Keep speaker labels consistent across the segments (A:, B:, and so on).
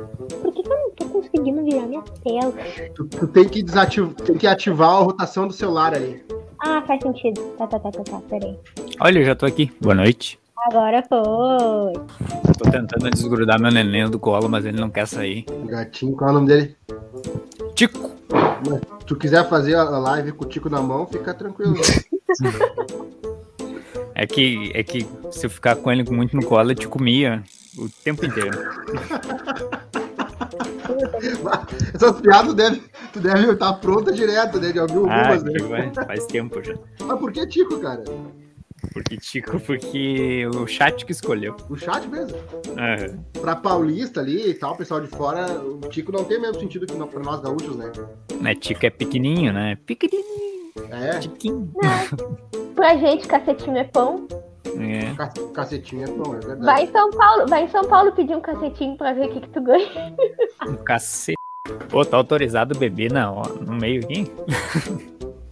A: Por que, que eu não tô conseguindo virar minha tela?
B: Tu, tu tem que desativar, tem que ativar a rotação do celular ali.
A: Ah, faz sentido. Tá, tá, tá, tá, tá. Peraí.
C: Olha, eu já tô aqui. Boa noite.
A: Agora foi.
C: Tô tentando desgrudar meu neném do colo, mas ele não quer sair.
B: O gatinho, qual é o nome dele?
C: Tico!
B: Se tu quiser fazer a live com o Tico na mão, fica tranquilo.
C: É que, é que se eu ficar com ele muito no colo, ele te comia o tempo inteiro.
B: Essas piadas deve, tu deve estar pronta direto, né? De ouvir
C: Ah,
B: algumas, né?
C: Tico, é, faz tempo já.
B: Mas por que Tico, cara?
C: Porque Tico, porque o chat que escolheu.
B: O chat mesmo.
C: Aham.
B: Pra paulista ali e tal, pessoal de fora, o Tico não tem o mesmo sentido que no- pra nós gaúchos, né?
C: Né, Tico é pequenininho, né? Pequenininho,
B: É,
C: tiquinho.
D: Pra gente, cacetinho é pão.
C: É.
B: ca- cacetinho é bom, é verdade.
D: Vai em São Paulo, vai em São Paulo pedir um cacetinho pra ver o que, que tu ganha.
C: Um cacete. Pô, tá autorizado o bebê na, hora- no meio aqui?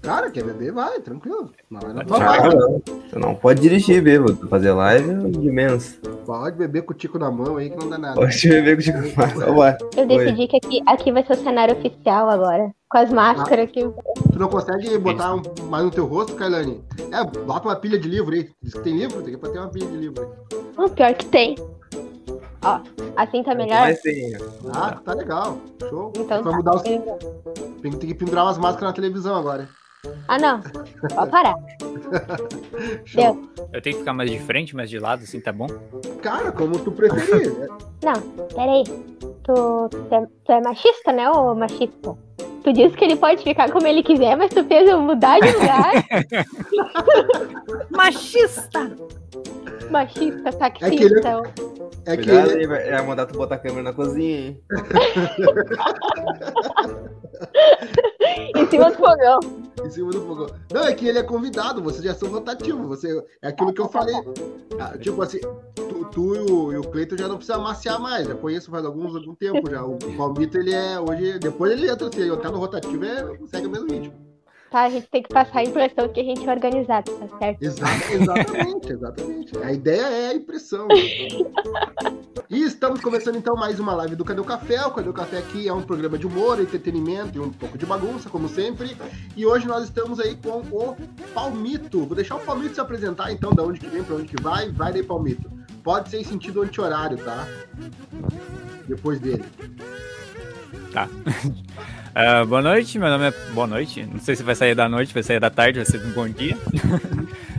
B: Cara, quer beber, vai, tranquilo. Não, vai na tua
E: Ah,
B: base.
E: não. Tu não pode dirigir bêbado. Fazer live é imenso.
B: Pode beber com o Tico na mão aí que não dá nada.
E: Pode beber contigo.
D: É
E: Vamos
D: Eu decidi que aqui, aqui vai ser o cenário oficial agora. Com as máscaras aqui.
B: Tu não consegue botar um- mais no teu rosto, Kailani? É, bota uma pilha de livro aí. Diz que tem livro, tem que botar uma pilha de livro aí.
D: O pior que tem. Ó, assim tá melhor?
E: Mas tem.
B: Ah, tá legal. Show.
D: Então
B: Vai
D: tá.
B: mudar os... Tem que- tem que pendurar umas máscaras na televisão agora.
D: Ah, não. Pode parar.
B: Show.
C: Eu tenho que ficar mais de frente, mais de lado, assim, tá bom?
B: Cara, como tu preferir. né?
D: Pera aí. Tu, tu, é, tu é machista, né, ô machista? Tu disse que ele pode ficar como ele quiser, mas tu fez eu mudar de lugar.
C: Machista!
D: machista, taxista.
B: É que ele- É que
E: Cuidado, ele vai, ele vai mandar tu botar a câmera na cozinha, hein?
D: Em cima do fogão.
B: em cima do fogão. Não, é que ele é convidado, vocês já são rotativos. Você... É aquilo que eu falei. Ah, tipo assim, tu, tu e, o, e o Cleiton já não precisa amaciar mais. Já conheço faz alguns, algum tempo já. O Palmito, ele é hoje. Depois ele entra, se ele tá no rotativo, é, segue o mesmo ritmo.
D: Tá, a gente tem que passar a impressão que a gente é organizado, tá certo?
B: Exa- exatamente, exatamente. A ideia é a impressão. E estamos começando então mais uma live do Cadê o Café? O Cadê o Café aqui é um programa de humor, entretenimento e um pouco de bagunça, como sempre. E hoje nós estamos aí com o Palmito. Vou deixar o Palmito se apresentar então, da onde que vem, pra onde que vai. Vai daí, Palmito. Pode ser em sentido anti-horário, tá? Depois dele.
C: Ah, boa noite, meu nome é. Boa noite. Não sei se vai sair da noite, vai sair da tarde, vai ser um bom dia.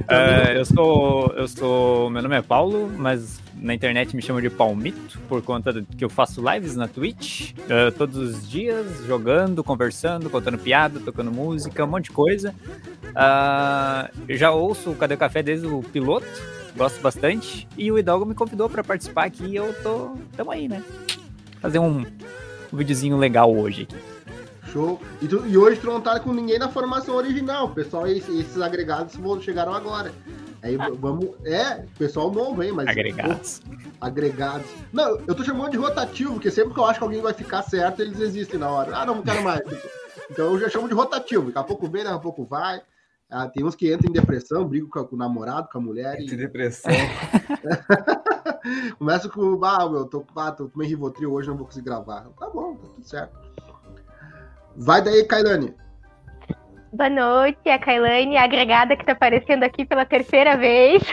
C: Ah, eu sou. Eu sou. Meu nome é Paulo, mas na internet me chamam de Palmito, por conta do- que eu faço lives na Twitch ah, todos os dias, jogando, conversando, contando piada, tocando música, um monte de coisa. Ah, eu já ouço o Cadê o Café desde o piloto, gosto bastante. E o Hidalgo me convidou para participar aqui e eu tô. Tamo aí, né? Fazer um, um videozinho legal hoje aqui.
B: Show. E, tu- e hoje tu não tá com ninguém na formação original. Pessoal, esses, esses agregados vão- chegaram agora. Aí v- vamos. É, pessoal novo, hein? Mas,
C: Agregados. né,
B: agregados. Não, eu tô chamando de rotativo, porque sempre que eu acho que alguém vai ficar certo, eles existem na hora. Ah, não, não quero mais. Então eu já chamo de rotativo. Daqui a pouco vem, daqui a pouco vai. Ah, tem uns que entram em depressão, brigam com, a- com o namorado, com a mulher
E: Que
B: e
E: depressão.
B: começa com, ah, meu, tô, ah, tô tomei Rivotril hoje, não vou conseguir gravar. Tá bom, tá tudo certo. Vai daí, Kailani.
D: Boa noite, é a Kailane, a agregada que tá aparecendo aqui pela terceira vez.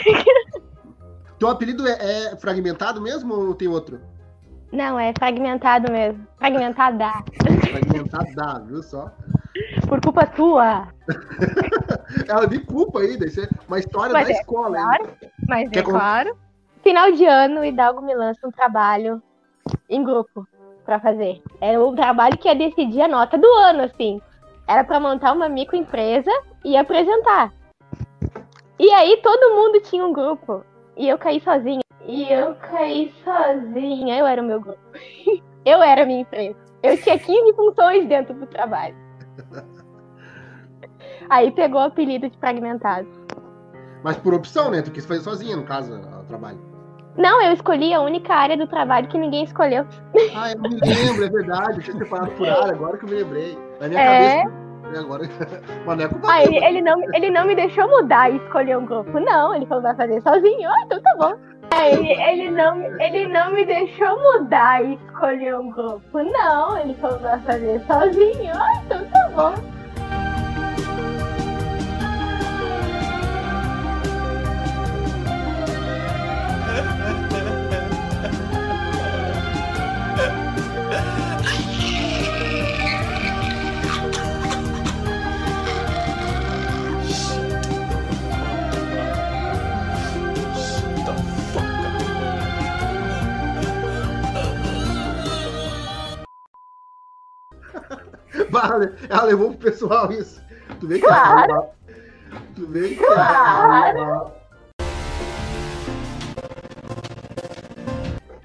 B: Teu apelido é, é fragmentado mesmo ou tem outro?
D: Não, é fragmentado mesmo. Fragmentada.
B: Fragmentado dá, viu só?
D: Por culpa tua.
B: Ela me É, culpa aí, deve ser uma história
D: Mas
B: da
D: é
B: escola. hein?
D: Mas
B: Quer
D: é
B: con-
D: claro. Final de ano, o Hidalgo me lança um trabalho em grupo pra fazer. Era um trabalho que ia decidir a nota do ano, assim. Era pra montar uma microempresa e apresentar. E aí todo mundo tinha um grupo. E eu caí sozinha. E eu caí sozinha. Eu era o meu grupo. eu era a minha empresa. Eu tinha 15 funções dentro do trabalho. Aí pegou o apelido de fragmentado.
B: Mas por opção, né? Tu quis fazer sozinha, no caso, o trabalho.
D: Não, eu escolhi a única área do trabalho que ninguém escolheu.
B: Ah, eu me lembro, é verdade. Eu tinha separado por área, agora que eu me lembrei. Na minha
D: É.
B: cabeça. né, Agora. Mas não é culpa
D: Ah,
B: minha.
D: ele, ele não, ele não me deixou mudar e escolher um grupo. Não, ele falou, vai fazer sozinho. Ah, então tá bom. Ele, ele, não, ele não me deixou mudar e escolher um grupo, não. Ele falou a fazer sozinho. Ah, então tá bom.
B: Vale, ela levou pro pessoal isso. Tu vê que
D: Claro.
B: ela Tu vê que
D: Ah,
B: ela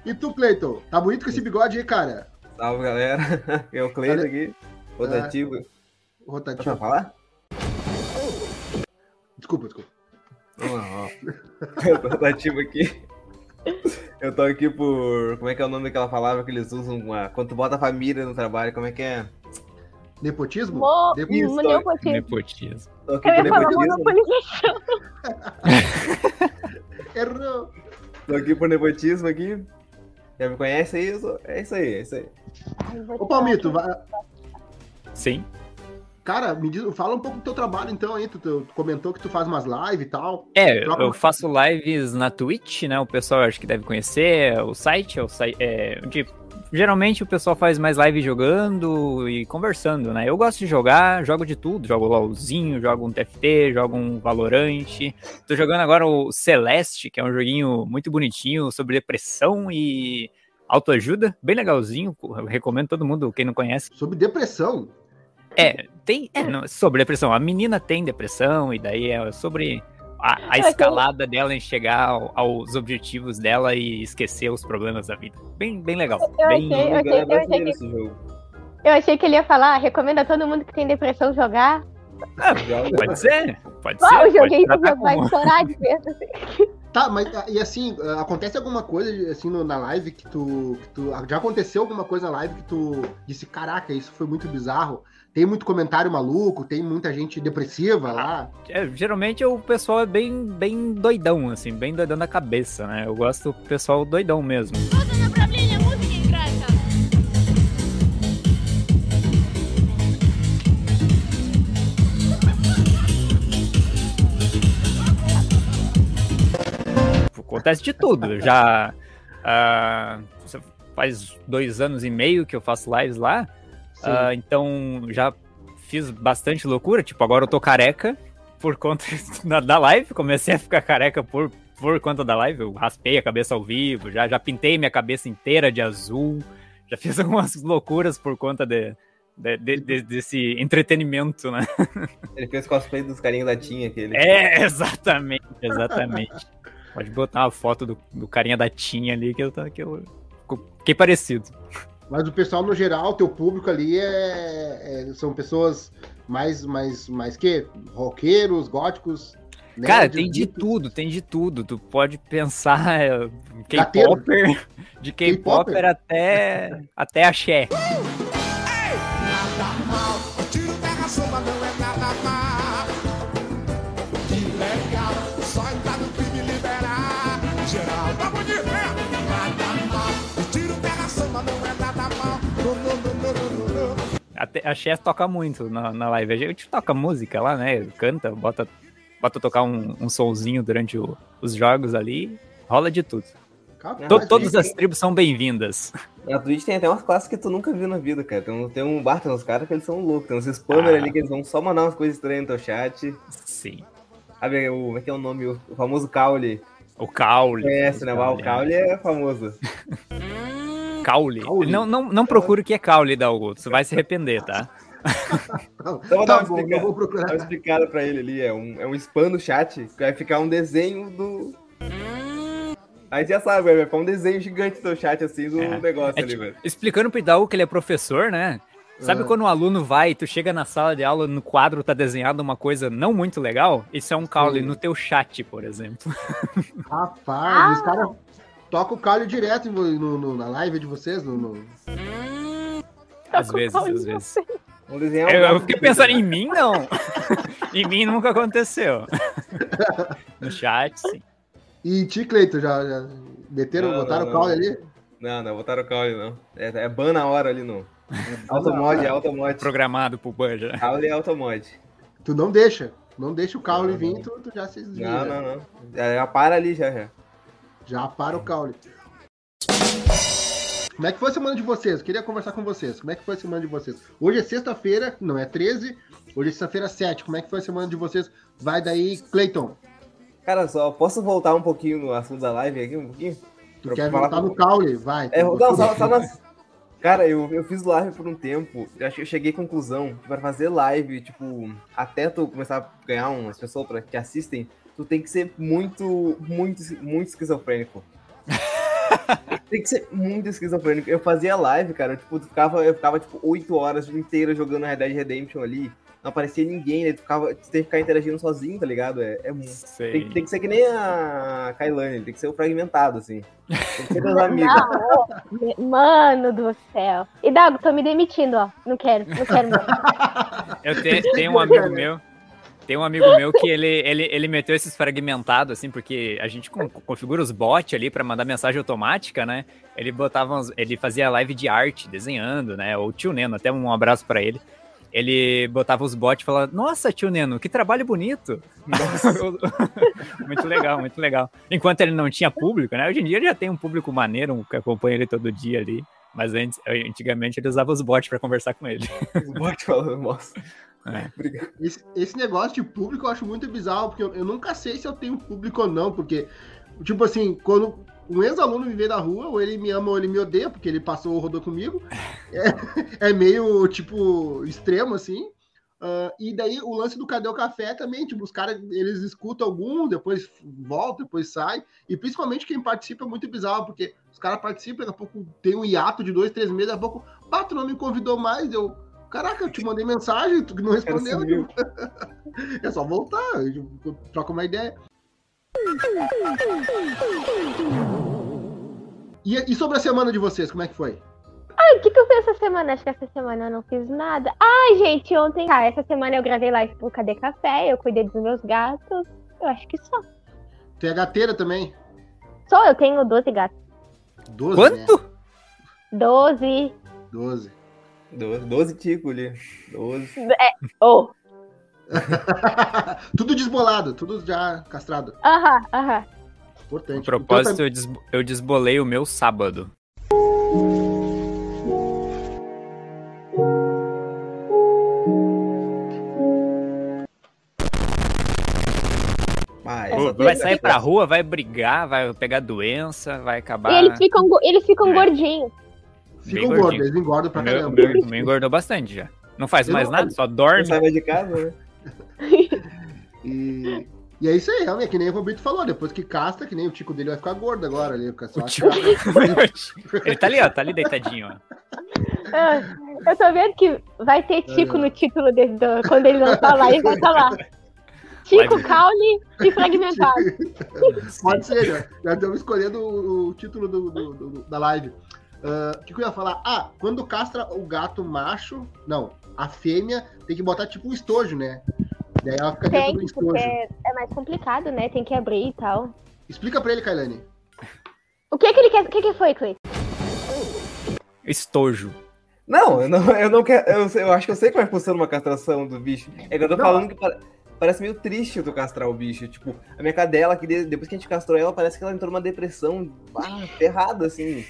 B: E tu, Cleiton? Tá bonito com esse bigode aí, cara?
E: Salve, galera. É o Cleiton aqui,
B: Ah.
E: rotativo. Deixa eu
B: Rotativo.
E: falar?
B: Desculpa, desculpa.
E: Vamos lá, ó. Eu tô rotativo aqui. Eu tô aqui por. Como é que é o nome daquela palavra que eles usam? com a- Quando tu bota a família no trabalho, como é que é?
B: Nepotismo?
D: Mo-
B: Nepotismo.
E: Isso,
D: Monopolismo.
C: Nepotismo.
E: Tô aqui
D: hum, Eu
E: por
D: ia falar
E: nepotismo.
D: monopolização.
B: Errou.
E: Tô aqui por nepotismo aqui. Já me conhece é isso? É isso aí, é isso aí.
B: Ô, Palmito, vai-
C: Sim.
B: cara, me diz, fala um pouco do teu trabalho então aí. Tu, tu comentou que tu faz umas lives e tal.
C: É,
B: Troca
C: eu
B: uma-
C: faço lives na Twitch, né? O pessoal acho que deve conhecer. O site é o site. É, onde geralmente o pessoal faz mais live jogando e conversando, né? Eu gosto de jogar, jogo de tudo. Jogo LOLzinho, jogo um TFT, jogo um Valorante. Tô jogando agora o Celeste, que é um joguinho muito bonitinho sobre depressão e autoajuda. Bem legalzinho. eu recomendo todo mundo, quem não conhece.
B: Sobre depressão.
C: É, tem. É, não, sobre depressão. A menina tem depressão, e daí é sobre a, a
D: que eu-
C: escalada dela em chegar ao- aos objetivos dela e esquecer os problemas da vida. Bem, bem legal.
D: Eu
C: bem-
D: achei, eu
E: Lugar
D: achei, eu achei,
E: brasileiro
D: que,
E: esse jogo.
D: eu achei que ele ia falar, "Ah, recomendo a todo mundo que tem depressão jogar.
E: Joga.
C: Pode ser, pode
D: Ah, eu
C: ser.
D: joguei
C: pode
D: esse
C: tratar
D: jogo, vai
C: como-
D: estourar de vez. assim.
B: Tá, mas ah, e assim, ah, acontece alguma coisa assim no- na live que tu, que tu- ah, Já aconteceu alguma coisa na live que tu disse, caraca, isso foi muito bizarro. Tem muito comentário maluco, tem muita gente depressiva lá.
C: É, geralmente o pessoal é bem, bem doidão, assim, bem doidão da cabeça, né? Eu gosto do pessoal doidão mesmo. Acontece de tudo. Já ah, faz dois anos e meio que eu faço lives lá.
B: Sim.
C: Ah, então já fiz bastante loucura, tipo, agora eu tô careca por conta da- da live, comecei a ficar careca por, por conta da live, eu raspei a cabeça ao vivo, já, já pintei minha cabeça inteira de azul, já fiz algumas loucuras por conta de- de- de- de- desse entretenimento, né?
E: Ele fez cosplay dos carinhos da Tinha, aquele.
C: É, exatamente, exatamente. Pode botar uma foto do, do carinha da Tinha ali, que eu, tô- que eu fiquei parecido.
B: Mas o pessoal, no geral, teu público ali é, é- são pessoas mais, mais, mais que? Roqueiros, góticos. né?
C: Cara,
E: Né,
B: nerds,
C: tem de
B: hippies.
C: tudo, tem de tudo. Tu pode pensar é, em
B: Gateiro.
C: K-Popper, de
B: K-popper.
C: K-Popper até, até axé.
F: Tiro pega a sopa, não é nada má. Que legal, só entrar no crime e liberar. Geral, vamos de ré, nada mal. O tiro pega a sopa, não é nada mal. No, no, no, no, no, no, no.
C: Até, axé toca muito na, na live. A gente toca música lá, né? Canta, bota, bota tocar um, um sonzinho durante o- os jogos ali. Rola de tudo.
B: Capaz,
C: To-
E: Ah, Mas é
C: todas
B: gente.
C: as tribos são bem-vindas.
E: Na Twitch tem até umas classes que tu nunca viu na vida, cara. Tem um, tem um bar, tem uns caras que eles são loucos. Tem uns spammers
C: Ah.
E: ali que eles vão só mandar umas coisas estranhas no teu chat.
C: Sim.
E: Sabe, o, como é que é o nome? O, o famoso Caule.
C: O caule.
E: Conhece, né? O Caule é famoso.
C: Caule.
B: Caule.
C: Não, não, não procura o que é caule, Dalgo. Tu vai se arrepender, tá?
E: Então,
B: Tá
E: dá
B: bom,
E: uma
B: eu vou
E: explicada,
B: procurar.
E: dá uma explicada pra ele ali. É um, é um spam no chat que vai ficar um desenho do. Aí já sabe, vai ficar um desenho gigante no teu chat, assim, do
C: É.
E: negócio
C: É
E: ali, É.
C: tipo-
E: velho.
C: Explicando pro Itaú que ele é professor, né? Sabe
B: Ah.
C: quando um aluno vai, tu chega na sala de aula, no quadro tá desenhado uma coisa não muito legal? Isso é um caule
B: Sim.
C: no teu chat, por exemplo.
B: Rapaz, os caras tocam o calho direto no- no- no- na live de vocês. No, no-
C: Às
D: com
C: vezes,
D: É um caule
C: às
D: no
C: vezes.
E: Vamos desenhar um
C: Eu, É, eu
E: gráfico
C: fiquei
E: do Twitter,
C: pensando em mim, não. em mim nunca aconteceu. No chat, sim.
B: E E Ti Cleiton, já, já meteram,
E: Não,
B: botaram o
E: não,
B: caule
E: não.
B: ali?
E: Não, não, botaram o caule, não. É, é ban na hora ali, não. Automod, automod.
C: Programado pro ban já.
E: Caule e automod.
B: Tu não deixa. Não deixa o caule
E: Não,
B: vir,
E: não.
B: tu, tu já se desvia.
E: Não,
B: né?
E: não, não. Já, já para ali, já, já.
B: Já para o caule. Como é que foi a semana de vocês? Queria conversar com vocês. Como é que foi a semana de vocês? Hoje é sexta-feira, não é 13. Hoje é sexta-feira 7. Como é que foi a semana de vocês? Vai daí, Cleiton.
E: Cara, só posso voltar um pouquinho no assunto da live aqui, um pouquinho?
B: Tu
E: Pra
B: quer
E: falar
B: voltar
E: com-
B: no caule? Vai.
E: É,
B: Tu-
E: não, só, só nas... Cara, eu, eu fiz live por um tempo, eu acho que eu cheguei à conclusão que pra fazer live, tipo, até tu começar a ganhar umas pessoas pra, que assistem, tu tem que ser muito, muito, muito esquizofrênico. tem que ser muito esquizofrênico. Eu fazia live, cara, eu, tipo, tu ficava, eu ficava, tipo, 8 horas inteiras jogando Red Dead Redemption ali, não aparecia ninguém, né? Tu, ficava, tu tem que ficar interagindo sozinho, tá ligado? É, é muito... Tem,
C: Sei.
E: que- tem que ser que nem a Kailane, tem que ser o fragmentado, assim. Tem que ser com os amigos.
D: Me- Mano do céu. E Dago, tô me demitindo, ó. Não quero, não quero mais.
C: Eu te- tenho um amigo meu. Tem um amigo meu que ele, ele, ele meteu esses fragmentados, assim, porque a gente con- configura os bots ali pra mandar mensagem automática, né? Ele botava uns- ele fazia live de arte, desenhando, né? Ou tio Neno, até um abraço pra ele. Ele botava os bots e falava, nossa, tio Neno, que trabalho bonito. muito legal, muito legal. Enquanto ele não tinha público, né? Hoje em dia ele já tem um público maneiro, um que acompanha ele todo dia ali. Mas antes, antigamente ele usava os bots pra conversar com ele.
E: Os bots falando, nossa.
C: É.
E: Obrigado.
B: Esse, esse negócio de público eu acho muito bizarro, porque eu, eu nunca sei se eu tenho público ou não, porque, tipo assim, quando um ex-aluno me vê na rua, ou ele me ama ou ele me odeia, porque ele passou ou rodou comigo, é, é meio, tipo, extremo, assim. Ah, e daí o lance do Cadê o Café também, tipo, os caras, eles escutam algum, depois volta, depois sai, e principalmente quem participa é muito bizarro, porque os caras participam, daqui a pouco tem um hiato de dois, três meses, daqui a pouco, pá, tu não me convidou mais, eu, caraca, eu te mandei mensagem, tu não
E: O cara
B: respondeu, né?"
E: sumiu.
B: é só voltar, a gente troca uma ideia. E, e sobre a semana de vocês, como é que foi?
D: Ai, o que, que eu fiz essa semana? Acho que essa semana eu não fiz nada. Ai, gente, ontem. Tá, essa semana eu gravei live pro Cadê Café, eu cuidei dos meus gatos. Eu acho que só.
B: Tem a gateira também?
D: Só eu tenho 12 gatos.
B: 12, né?
C: Quanto?
D: 12.
B: 12.
E: Doze- Doze tico ali. Doze.
D: Oh.
B: tudo desbolado, tudo já castrado.
D: Aham, aham.
B: Importante.
C: A Um propósito, eu, desbo- eu desbolei o meu sábado.
E: Ah,
C: Pô, vai
E: essa doze-
C: sair pra rua, vai brigar, vai pegar doença, vai acabar.
D: E eles ficam, go- eles ficam
C: É.
D: gordinhos.
B: Então, Ficam
C: bem
B: gordos,
C: gordinho.
B: eles engordam
C: O
B: pra
C: meu, o
B: caramba.
C: meu- o meu engordou bastante já. Não faz
B: Eu
C: mais
B: não-
C: nada, só
E: Não
C: dorme.
E: sai mais de casa, né?
B: E, e é isso aí, realmente, que nem o Roberto falou, depois que castra, que nem o tico dele vai ficar gordo agora. Ele fica só
C: O tio-
B: achado.
C: Ele tá ali, ó, tá ali deitadinho, ó.
D: Ah, Eu tô vendo que vai
C: É.
D: ter Tico no título desse, do- quando ele lançar a live, vai estar lá. Tico,
C: Live.
D: caule e fragmentado.
B: Pode ser, né? já, já estamos escolhendo o, o título do, do- do- da live. Ah, O que, que eu ia falar? Ah, quando castra o gato macho, não, a fêmea tem que botar tipo um estojo, né? Daí ela fica dentro
D: Tem,
B: do estojo.
D: porque é mais complicado, né? Tem que abrir e tal.
B: Explica pra ele, Kailane.
D: O que que ele quer? O que que foi, Clay?
C: Estojo.
E: Não, eu não, eu não quero. Eu, sei- eu acho que eu sei como é que funciona uma castração do bicho. É que eu tô
B: Não.
E: falando que pare- parece meio triste tu castrar o bicho. Tipo, a minha cadela, que de- depois que a gente castrou ela, parece que ela entrou numa depressão ah, ferrada, assim.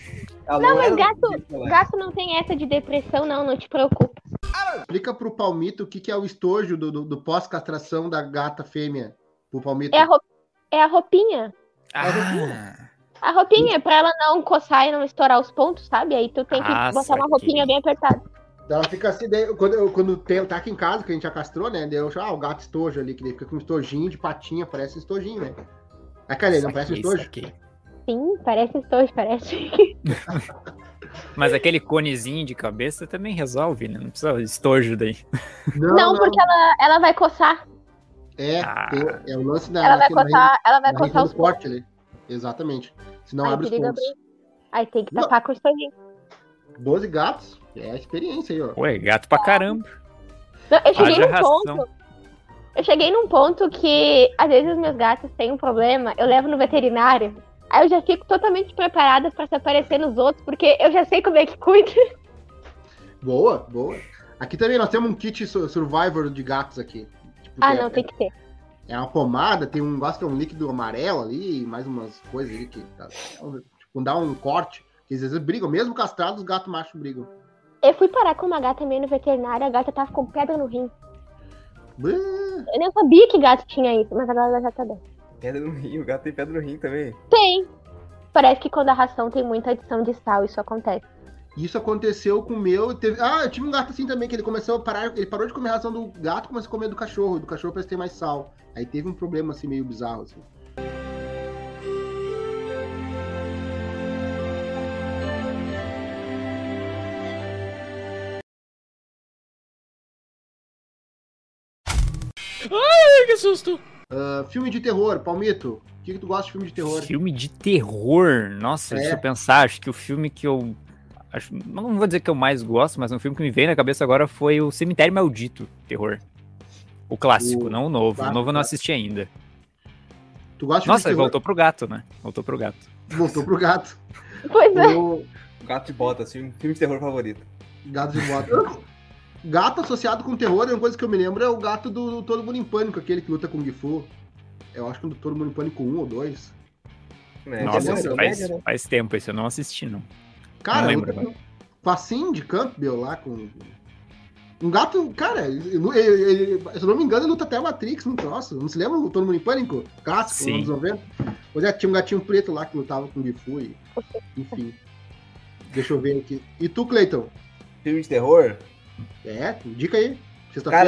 E: Ela
D: Não, mas
E: era do
D: gato-
E: jeito que ela é.
D: Gato não tem essa de depressão, não, não te preocupa.
B: Explica pro Palmito o que, que é o estojo do, do- do pós-castração da gata fêmea. Pro Palmito.
D: É a, roup- é a roupinha.
C: Ah,
D: A roupinha é pra ela não coçar e não estourar os pontos, sabe? Aí tu tem que
C: Ah,
D: botar uma
C: saquei.
D: roupinha bem apertada.
B: Ela fica assim, daí, quando, eu- quando tem, tá aqui em casa, que a gente já castrou, né? Daí eu chamo, ah, o gato estojo ali, que daí fica com um estojinho de patinha, parece um estojinho, né? Aí, Kailane, não parece um
C: saquei,
B: estojo?
C: saquei.
D: Sim, parece estojo, parece.
C: Mas aquele conezinho de cabeça também resolve, né? Não precisa estojo daí.
D: Não, porque ela, ela vai coçar.
B: É,
C: Ah.
B: tem- é o lance da.
D: ela vai
B: daquele
D: coçar, ela vai
B: Na
D: coçar
B: região
D: os
B: do
D: pontos.
B: corte ali. Exatamente. Se não
D: Ai,
B: abre os
D: perigo
B: pontos.
D: Aí tem que
B: Não.
D: tapar com o estojinho.
B: 12 gatos é a experiência aí, ó.
C: Ué, gato pra caramba.
D: Não, eu cheguei
C: Haja
D: num ponto.
C: ração.
D: Eu cheguei num ponto que, às vezes, os meus gatos têm um problema, eu levo no veterinário. Aí eu já fico totalmente preparada pra se aparecer nos outros, porque eu já sei como é que cuida.
B: Boa, boa. Aqui também nós temos um kit su- survivor de gatos aqui. Tipo,
D: Ah,
B: é-
D: não, tem que ter.
B: É uma pomada, tem um negócio que é um líquido amarelo ali, e mais umas coisas ali que tá, tipo, dá um corte. Que às vezes brigam, mesmo castrados, os gatos machos brigam.
D: Eu fui parar com uma gata meio no veterinário, a gata tava com pedra no rim.
B: Bê,
D: Eu nem sabia que gato tinha isso, mas agora ela já tá bem.
E: Pedra no rim, o gato tem pedra no rim também.
D: Tem. Parece que quando a ração tem muita adição de sal, isso acontece.
B: Isso aconteceu com o meu. e Teve... Ah, eu tive um gato assim também, que ele começou a parar. Ele parou de comer a ração do gato e começou a comer do cachorro. Do cachorro parece ter mais sal. Aí teve um problema assim meio bizarro. Assim.
G: que susto!
B: Ah, filme de terror, Palmito. O que, que tu gosta de filme de terror?
C: Filme de terror. Nossa,
B: É.
C: deixa eu pensar. Acho que o filme que eu. Acho, não vou dizer que eu mais gosto, mas um filme que me veio na cabeça agora foi O Cemitério Maldito Terror. O clássico,
B: O
C: não o novo.
B: clássico,
C: O novo eu não
B: né?
C: assisti ainda.
B: Tu gosta de
C: Nossa,
B: filme de
C: voltou pro gato, né? Voltou pro gato.
B: terror? Voltou pro gato.
D: Pois é.
B: O
E: Gato de bota, assim, filme de terror favorito.
B: gato de bota. Gato associado com terror, é uma coisa que eu me lembro, é o gato do Todo Mundo em Pânico, aquele que luta com o Gifu. Eu acho que é do Todo Mundo em Pânico 1 ou 2.
E: Né?
C: Nossa,
B: terror,
C: esse
B: é
C: faz,
E: né?
C: faz tempo esse, eu não assisti, não.
B: Cara,
C: Não lembro
B: luta com passinho de Campbell lá com. Um gato, cara, ele- ele- ele- se eu não me engano, ele luta até a Matrix no troço. Não se lembra do Todo Mundo em Pânico? Clássico,
C: Sim.
B: anos 90. Pois é, tinha um gatinho preto lá que lutava com o Gifu e. Enfim. Deixa eu ver aqui. E tu, Cleiton?
E: Filme de terror?
B: É, dica aí.
E: Cara,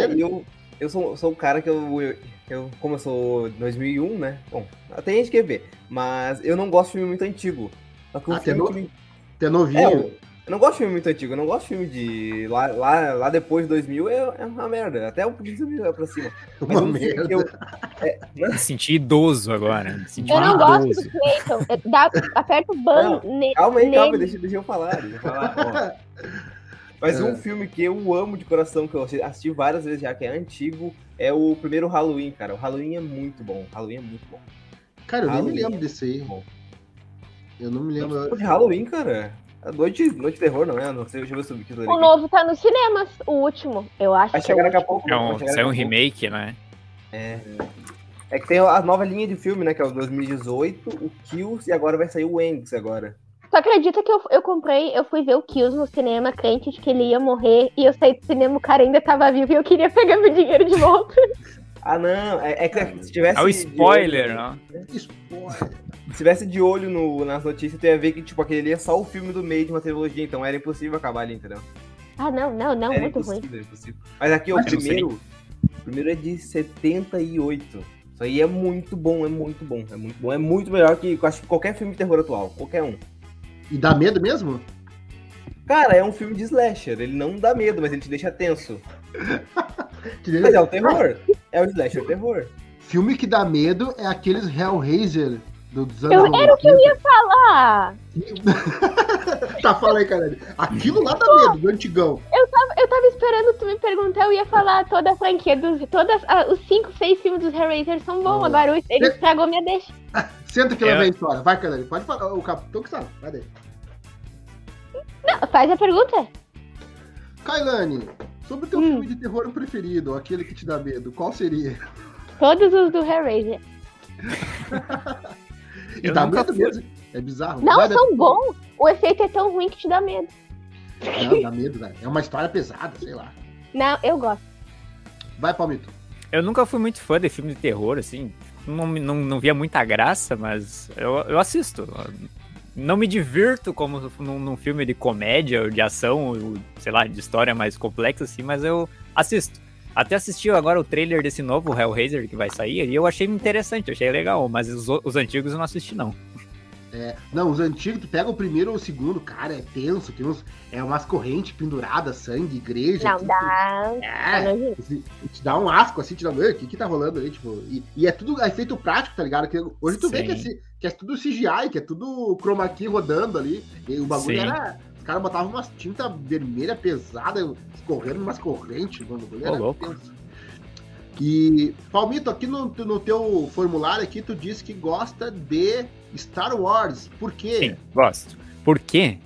B: Sexta-feira.
E: eu, eu sou, sou um cara que eu, eu, eu- Como eu sou 2001, né? Bom, tem gente que vê, mas eu não gosto de filme muito antigo. Só que o
B: Ah,
E: filme
B: tem
E: que me-
B: Tu é novinho.
E: eu- eu não gosto de filme muito antigo, eu não gosto de filme de. Lá, lá, lá depois de 2000 é, é uma merda. Até um pouquinho de 2000 pra cima. Mas
B: uma
E: um filme que
B: merda.
E: eu-
C: Me senti idoso agora. Me senti
D: Eu não
C: um
D: gosto
C: idoso.
D: do Clayton. Eu- Dá, aperta o ban ne-
E: Calma aí,
D: nele.
E: calma, deixa, deixa eu falar. Deixa eu falar ó. Mas
B: É.
E: um filme que eu amo de coração, que eu assi- assisti várias vezes já, que é antigo, é o primeiro Halloween, cara. O Halloween é muito bom. O Halloween é muito bom.
B: Cara, eu nem me
E: Halloween.
B: lembro desse aí.
E: Bom.
B: Eu não me lembro.
E: Pô, de Halloween, cara. É noite, noite de terror, não é? Não sei, deixa eu ver o subtítulo
D: O
E: ali.
D: novo tá nos cinemas, o último. Eu acho
E: Vai
D: que é o
E: chegar daqui a
D: último.
E: pouco.
C: É
E: vai
C: um,
E: chegar
C: saiu um
E: daqui a pouco.
C: remake, né?
E: É que tem a nova linha de filme, né? Que é o 2018, o Kills, e agora vai sair o Wangs agora.
D: Tu acredita que eu, eu comprei, eu fui ver o Kills no cinema, crente de que ele ia morrer, e eu saí do cinema, o cara ainda tava vivo e eu queria pegar meu dinheiro de volta.
E: Ah, não. É, é que se tivesse.
C: É o
E: de olho-
C: spoiler, ó.
B: Spoiler.
E: se tivesse de olho no, nas notícias, tu ia ver que, tipo, aquele ali é só o filme do meio de uma trilogia, então era impossível acabar ali, entendeu?
D: Ah, não, não, não,
E: era
D: muito ruim.
E: É impossível, era impossível. Mas aqui, ó, o
C: Mas eu sei.
E: primeiro. O primeiro é de 78. Isso aí é muito bom, é muito bom. É muito bom. É muito melhor que eu acho que qualquer filme de terror atual. Qualquer um.
B: E dá medo mesmo?
E: Cara, é um filme de slasher. Ele não dá medo, mas ele te deixa tenso.
B: Te
E: Mas
B: lembra?
E: é o terror. É o slasher terror.
B: Filme que dá medo é aqueles Hellraiser do- dos anos
D: Eu-
B: 90.
D: era o que eu ia Ah,
B: Tá, fala aí, caralho. Aquilo lá dá medo, do antigão.
D: eu tava esperando tu me perguntar, eu ia falar toda a franquia, dos, todas, ah, os cinco, seis filmes dos Hellraiser são bons,
B: Ah.
D: agora o- ele estragou minha deixa.
B: Senta que lá
C: É.
B: vem a história. Vai, caralho. Pode falar. O capitão que sabe. Vai daí.
D: Não, faz a pergunta.
B: Kailane, sobre o teu
D: Hum.
B: filme de terror preferido, aquele que te dá medo, qual seria?
D: Todos os do Hellraiser.
B: E
C: Eu
B: dá
C: nunca
B: medo
C: fui.
B: mesmo. É bizarro.
D: Não
B: Vai,
D: são bons. O efeito é tão ruim que te dá medo.
B: Dá, Não, dá medo, velho. É uma história pesada, sei lá.
D: Não, eu gosto.
B: Vai, Palmito.
C: Eu nunca fui muito fã de filme de terror, assim. Não, me- não, não via muita graça, mas eu, eu assisto. Não me divirto como num, num filme de comédia, ou de ação, ou, sei lá, de história mais complexa, assim, mas eu assisto. Até assisti agora o trailer desse novo Hellraiser que vai sair, e eu achei interessante, achei legal, mas os, o- os antigos eu não assisti, não.
B: Não, os antigos, tu pega o primeiro ou o segundo, cara, é tenso. Tem uns, é umas correntes penduradas, sangue, igreja.
D: Não,
B: tudo.
D: dá.
B: É,
D: dá nojinho.
B: Assim, te dá um asco assim, te dá, "Ué, o que que tá rolando ali, tipo, e, e é tudo efeito prático, tá ligado? Que hoje tu vê
C: Sim.
B: que é, ci- que é tudo CGI, que é tudo chroma key rodando ali, e o bagulho
C: Sim.
B: era, os caras botavam umas tinta vermelha pesada, escorrendo umas correntes, mano, o bagulho
C: Ô,
B: era
C: louco.
B: tenso. E, Palmito, aqui no, no teu formulário aqui, tu disse que gosta de Star Wars. Por quê?
C: Sim, gosto. Por quê?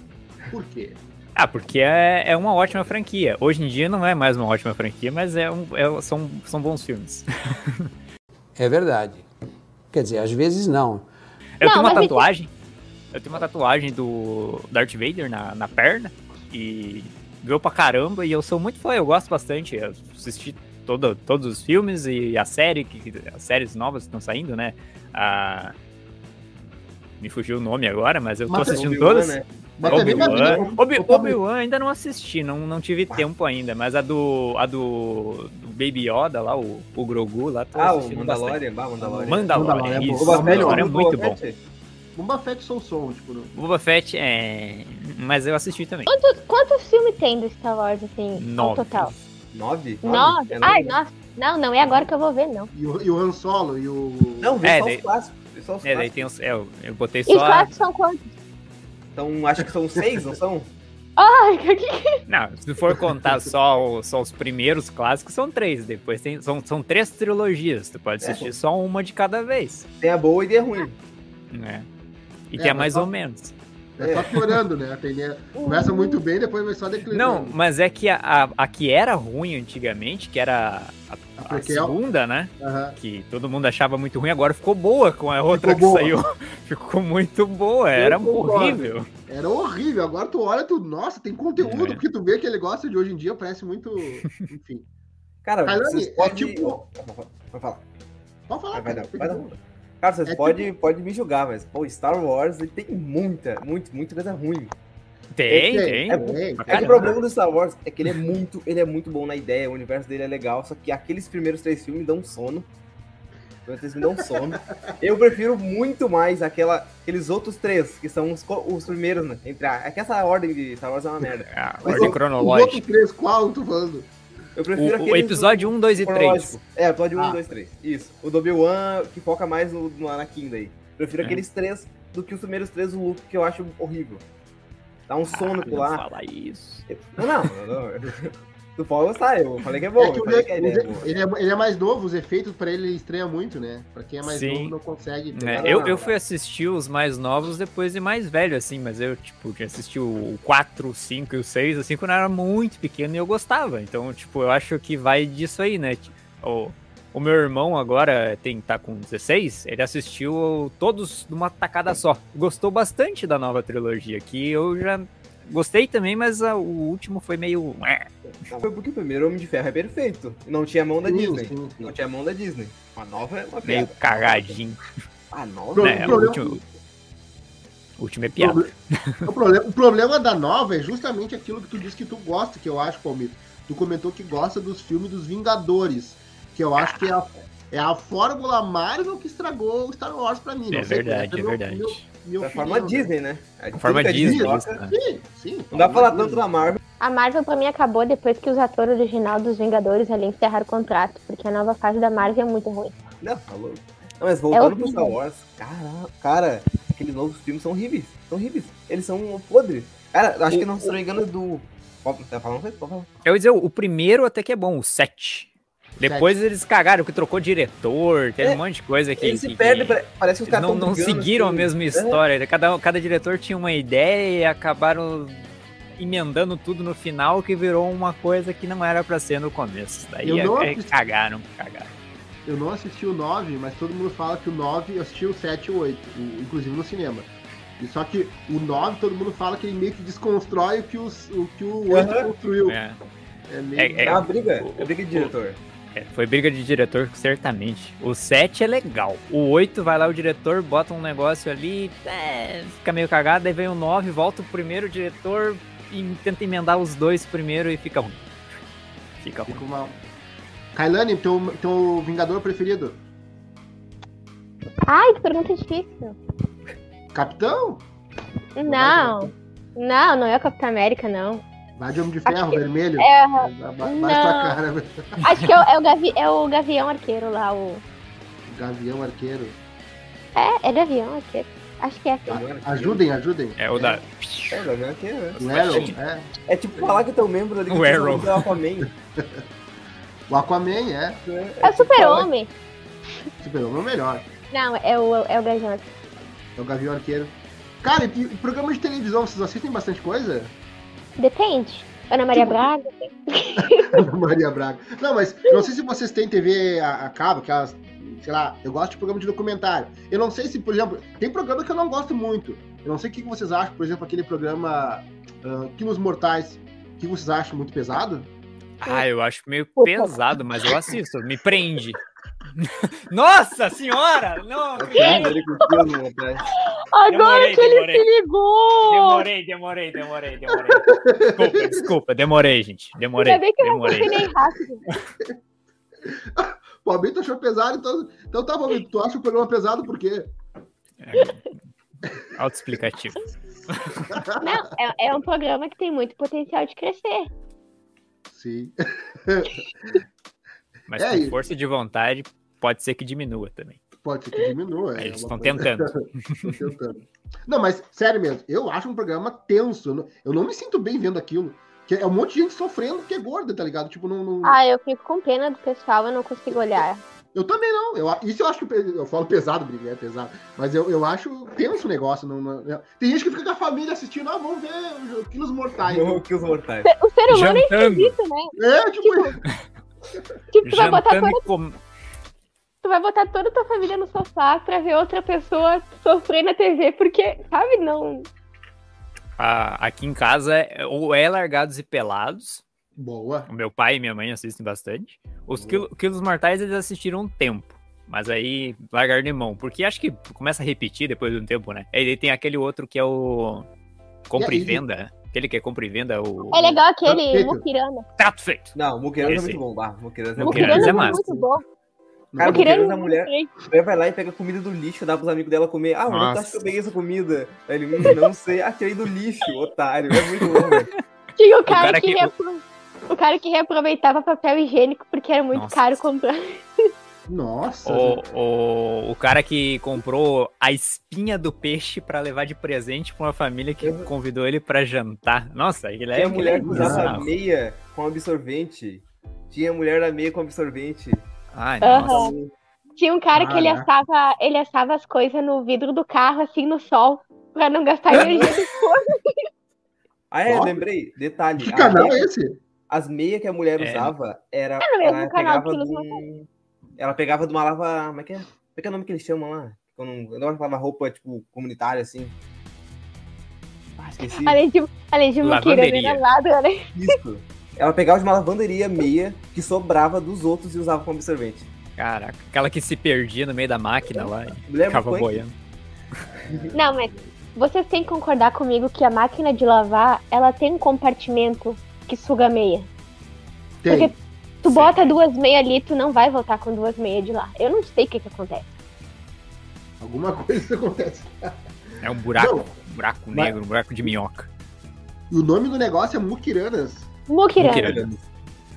B: Por quê?
C: Ah, porque é, é uma ótima franquia. Hoje em dia não é mais uma ótima franquia, mas é um, é- são, são bons filmes.
G: É verdade. Quer dizer, às vezes não.
C: Eu
D: Não,
C: tenho uma
D: mas é que-
C: tatuagem. Eu tenho uma tatuagem do Darth Vader na, na perna. E doeu pra caramba. E eu sou muito fã, eu gosto bastante. Eu assisti todo, todos os filmes e a série, que, as séries novas que estão saindo, né? A- Me fugiu o nome agora, mas eu tô
B: Mas é
C: assistindo
E: Obi-Wan,
C: todas.
E: né?
B: Mas também
C: Obi-Wan.
B: não é bem-
C: Obi-
B: Opa,
C: Obi-Wan ainda não assisti, não, não tive tempo ainda, mas a do. a do, do Baby Yoda lá, o, o Grogu lá, tô
E: Ah, o
C: assistindo bastante.
E: Mandalorian. Bah, Mandalorian.
C: Mandalorian,
B: Mandalorian é bom.
C: isso,
B: O Boba Fett
C: Mandalorian é muito
E: né?
C: bom.
B: Boba Fett Soul Soul, tipo, não.
C: Boba Fett é. Mas eu assisti também.
D: Quantos, quantos filmes tem do Star Wars, assim,
C: Nove.
D: ao total?
E: Nove?
D: Nossa,
E: É
D: ai,
E: nove.
D: nossa. Não, não é agora que eu vou ver, não.
B: E o, e o Han Solo e o.
E: Não, vê
C: É,
E: só
C: daí-
E: os clássicos. vê só os
C: É, daí
E: clássicos.
C: tem os, é, eu, eu
D: E
C: botei
D: os
C: só. a-
D: clássicos são quantos?
E: Então, acho que são seis, não são?
D: Ai, que- que-
C: Não, se for contar só, o- só os primeiros clássicos, são três. Depois tem, são, são três trilogias. Tu pode
E: É.
C: assistir só uma de cada vez.
E: Tem a boa e tem a ruim.
C: Né? E
B: É,
C: que é
B: mas
C: mais
B: só-
C: ou menos.
B: É só piorando, né? A tendência- Começa muito bem, depois vai só
C: Não,
B: declinando.
C: mas é que a, a, a que era ruim antigamente, que era a,
B: A
C: a
B: prequel.
C: segunda, né?
B: Aham.
C: Que todo mundo achava muito ruim, agora ficou boa com a outra que
B: Ficou boa.
C: saiu. Ficou muito boa, era
B: concordo. É,
C: horrível.
B: Era horrível. Agora tu olha, tu. Nossa, tem conteúdo,
C: É.
B: porque tu vê que ele gosta de hoje em dia, parece muito. Enfim.
E: Cara,
B: Caralho,
E: vocês
B: é
E: podem...
B: tipo-
E: Vai falar.
B: Pode falar,
E: Vai, vai
B: cara.
E: dar, vai dar. Cara, vocês
B: É
E: podem pode me julgar, mas, pô, Star Wars ele tem muita, muito, muita coisa ruim.
C: Tem,
E: É,
C: tem.
E: é
B: bem.
C: Pra
E: É que
C: caramba.
E: o problema do Star Wars é que ele é muito, ele é muito bom na ideia, o universo dele é legal, só que aqueles primeiros três filmes dão um sono. Os primeiros três filmes dão um sono. Eu prefiro muito mais aquela, aqueles outros três, que são os, co- os primeiros, né? Entre a- é que essa ordem de Star Wars é uma merda.
C: A
B: Mas
C: Ah, ordem
B: o- Os
C: cronológica.
B: outros Um três, qual tu falando? É
E: Eu
C: O,
E: prefiro
C: o
E: aquele
C: episódio 1, 2 e 3.
E: cronológico. É, episódio 1,
B: Ah.
E: 2, 3. Isso. O do Obi-Wan, que foca mais no, no Anakin daí. Prefiro
C: É.
E: aqueles três do que os primeiros três do Luke, que eu acho horrível. Dá um sono
C: Ah,
E: pro
C: não
E: lá.
C: fala isso.
E: Não, não, não. Tu pode gostar, eu falei que é bom,
B: É que
E: eu
B: o
E: falei
B: de-
E: que a
B: o
E: ideia é
B: de-
E: boa.
B: ele, é, ele é mais novo, os efeitos pra ele estranha muito, né? Pra quem é mais
C: Sim.
B: novo não consegue.
C: É,
B: pegar.
C: eu, eu fui assistir os mais novos depois de mais velho, assim, mas eu, tipo, tinha assistido o 4, o 5 e o 6, assim, quando eu era muito pequeno e eu gostava. Então, tipo, eu acho que vai disso aí, né? Ti- O, o meu irmão agora tem, tá com 16, ele assistiu todos numa tacada só. Gostou bastante da nova trilogia, que eu já gostei também, mas ah, o último foi meio. é, "Ué".
E: Foi porque o primeiro Homem de Ferro é perfeito. e Não tinha mão da
B: Sim,
E: Disney.
B: sim, sim.
E: Não tinha mão da Disney. A nova é uma
C: meio
E: piada.
C: cagadinho.
E: A nova é
B: Pro-
C: né? O
B: problema-
C: último, o último é piada.
B: O problema, o problema da nova é justamente aquilo que tu disse que tu gosta, que eu acho, Palmito. Tu comentou que gosta dos filmes dos Vingadores, que eu acho que é a, é a fórmula Marvel que estragou o Star Wars pra mim.
C: É
B: não sei,
C: verdade,
B: essa
C: é
B: meu-
C: verdade.
B: meu- meu
E: Da forma
B: opinião, né?
E: Disney, né? A
C: forma
E: tudo que a
C: Disney,
E: toca-
C: isso, né?
B: Sim, sim.
E: Não dá pra falar
B: forma
E: tanto da Marvel.
D: A Marvel pra mim acabou depois que os atores original dos Vingadores ali encerraram o contrato, porque a nova fase da Marvel é muito ruim.
E: Não, falou. Não,
B: É
E: mas voltando pro
D: horrível.
E: Star Wars, cara, cara, aqueles novos filmes são horríveis. São horríveis. Eles são podres. Cara, acho que não se não me engano é do. Pode- Tá falando? Pode falar.
C: Eu ia dizer, o primeiro até que é bom, o 7. Depois eles cagaram, que trocou diretor, teve
E: É,
C: um monte de coisa que.
E: Eles se
C: que-
E: perdem,
C: que
E: pare- parece que os caras
C: não,
E: tão
C: não
E: brigando,
C: seguiram
E: assim.
C: a mesma história. Cada, cada diretor tinha uma ideia e acabaram emendando tudo no final, que virou uma coisa que não era pra ser no começo. Daí
B: Eu não
C: é- é-
B: assisti.
C: cagaram, cagaram.
B: Eu não assisti o 9, mas todo mundo fala que o 9, eu assisti o 7 e o 8, o- inclusive no cinema. E só que o 9, todo mundo fala que ele meio que desconstrói o que, os, o, que o 8
E: Aham.
B: construiu. É,
C: É,
B: meio...
C: É,
E: É uma briga.
C: o-
E: É briga de
C: o-
E: diretor.
C: é, foi briga de diretor, certamente. O 7 é legal. O 8 vai lá, o diretor bota um negócio ali, é, fica meio cagado, daí vem o 9, volta o primeiro diretor e tenta emendar os dois primeiro e fica ruim. Fica ruim.
B: Fico mal. Kailani, teu, teu Vingador preferido?
D: Ai, que pergunta difícil.
B: Capitão?
D: Não. Não, não é o Capitão América, não.
B: Vai de Homem de Ferro, vermelho.
D: É,
B: Vai vai pra
D: não.
B: cara, velho.
D: acho que é o, é o Gavi- é o Gavião Arqueiro lá, o...
B: Gavião, arqueiro.
D: É, é Gavião Arqueiro. Acho que é.
B: Ajudem, ajudem.
C: É o da.
E: É, o Gavião Arqueiro, né?
B: O Arrow,
C: Sim.
B: é.
E: É tipo falar que teu membro ali
C: O
E: que
C: Arrow.
E: do Aquaman.
B: O Aquaman é
D: É o
E: né?
D: super-homem.
B: super-homem é o melhor.
D: Não, é o, é o Gavião Arqueiro.
B: É o Gavião Arqueiro. Cara, e, e programa de televisão, vocês assistem bastante coisa?
D: Depende. Ana Maria Braga.
B: Ana Maria Braga. Não, mas não sei se vocês têm TV a, a cabo, que elas, sei lá, eu gosto de programa de documentário. Eu não sei se, por exemplo, tem programa que eu não gosto muito. Eu não sei o que que vocês acham, por exemplo, aquele programa ah, Quilos Mortais. O que vocês acham muito pesado?
C: Ah, eu acho meio
A: Opa.
C: pesado, mas eu assisto, me prende. Nossa senhora! Não,
B: Né?
D: Agora
C: Demorei,
D: que ele
C: demorei.
D: se ligou!
C: demorei, demorei, demorei, demorei. Desculpa, desculpa, demorei, gente. Demorei,
D: Ainda bem que eu não
C: demorei.
D: nem rápido.
B: O Palmito achou pesado, então, então tá, Palmito, tu acha o programa pesado por quê?
C: Autoexplicativo.
D: Não, é, é um programa que tem muito potencial de crescer.
B: Sim.
C: Mas
B: É
C: com
B: isso.
C: força de vontade, pode ser que diminua também.
B: Pode ser que diminua. é
C: Eles
B: uma
C: estão
B: coisa-
C: tentando.
B: Tô tentando. Não, mas sério mesmo, eu acho um programa tenso. eu não- Eu não me sinto bem vendo aquilo. Que é um monte de gente sofrendo que é gorda, tá ligado? Tipo, não. não-
D: Ah, eu fico com pena do pessoal, eu não consigo olhar.
B: Eu também não. Eu, a- isso eu acho que. pe- Eu falo pesado, Briga, é pesado. Mas eu, eu acho tenso o negócio. Não, não- eu- tem gente que fica com a família assistindo, ah, vamos ver o- Quilos Mortais.
E: que os mortais.
D: O ser humano é
C: Jantando,
D: esquisito, né?
B: É, tipo,
D: Tipo, tu vai, botar
C: jantando
D: toda,
C: e com...
D: tu vai botar toda a tua família no sofá pra ver outra pessoa sofrer na TV, porque, sabe, não.
C: Ah, aqui em casa, é- ou é Largados e Pelados.
B: boa.
C: O meu pai e minha mãe assistem bastante. Os Quil- Quilos Mortais eles assistiram um tempo. Mas aí largaram de mão. Porque acho que começa a repetir depois de um tempo, né? Aí daí tem aquele outro que é o. Compra
B: E
C: e,
B: aí-
C: venda. Aquele que é compra e venda, o.
D: É legal aquele
B: Perfeito.
D: Mukirana.
C: Trato feito.
E: Não, o Muqueirana é
C: Esse.
E: muito bom, bah. Muqueirana é
C: Muquirana
D: Mukirana
C: é
D: é
C: massa.
D: muito bom.
E: Cara,
B: Não,
E: o Muqueirana
D: Mukirana é
E: da mulher. A mulher vai lá e pega comida do lixo, dá pros amigos dela comer. Ah, mas eu
C: Nossa.
E: acho que eu peguei essa comida. Aí ele, hum, não sei. Ah, tirei do lixo, otário. É muito bom, velho.
D: Tinha o cara,
C: cara
D: que.
C: que-
D: reapro- O cara que reaproveitava papel higiênico porque era muito
C: Nossa.
D: caro comprar.
B: Nossa.
C: O, o, o cara que comprou a espinha do peixe pra levar de presente pra uma família que convidou ele pra jantar. Nossa, ele é.
E: Tinha mulher que
C: ele é
E: usava
C: bizarro.
E: meia com absorvente. Tinha mulher da meia com absorvente.
C: Ai,
D: Aham.
C: nossa.
D: Tinha um cara que ele
B: Caraca.
D: assava, ele assava as coisas no vidro do carro, assim, no sol, pra não gastar energia do fogo.
E: Ah, é,
B: Ó.
E: lembrei. Detalhe. Ah,
B: Que
E: a
B: canal é
E: meia-
B: esse?
E: As meias que a mulher
C: É.
E: usava era.
D: no mesmo
E: ela,
D: canal
E: pegava
D: que eles
E: de um- ela pegava de uma lava. Como é que é? Como é que é o nome que eles chamam lá? Quando eu não lava roupa, tipo, comunitária, assim. Ah, esqueci.
D: Além de, além de
C: Lavanderia.
D: muquirana lado, né?
E: Isso. Ela pegava de uma lavanderia meia que sobrava dos outros e usava como absorvente.
C: Caraca. Aquela que se perdia no meio da máquina lá e
E: Mulher
C: ficava
E: muito
C: boiando.
D: Não, mas vocês têm que concordar comigo que a máquina de lavar, ela tem um compartimento que suga meia.
B: Tem.
D: Porque tu
C: Sim.
D: bota duas meias ali, tu não vai voltar com duas meias de lá. Eu não sei o que que acontece.
B: Alguma coisa acontece.
C: É um buraco,
B: Não.
C: um buraco
B: Mas-
C: negro, um buraco de minhoca.
B: E o nome do negócio é Mukiranas.
D: Muquirana.
C: Muquirana.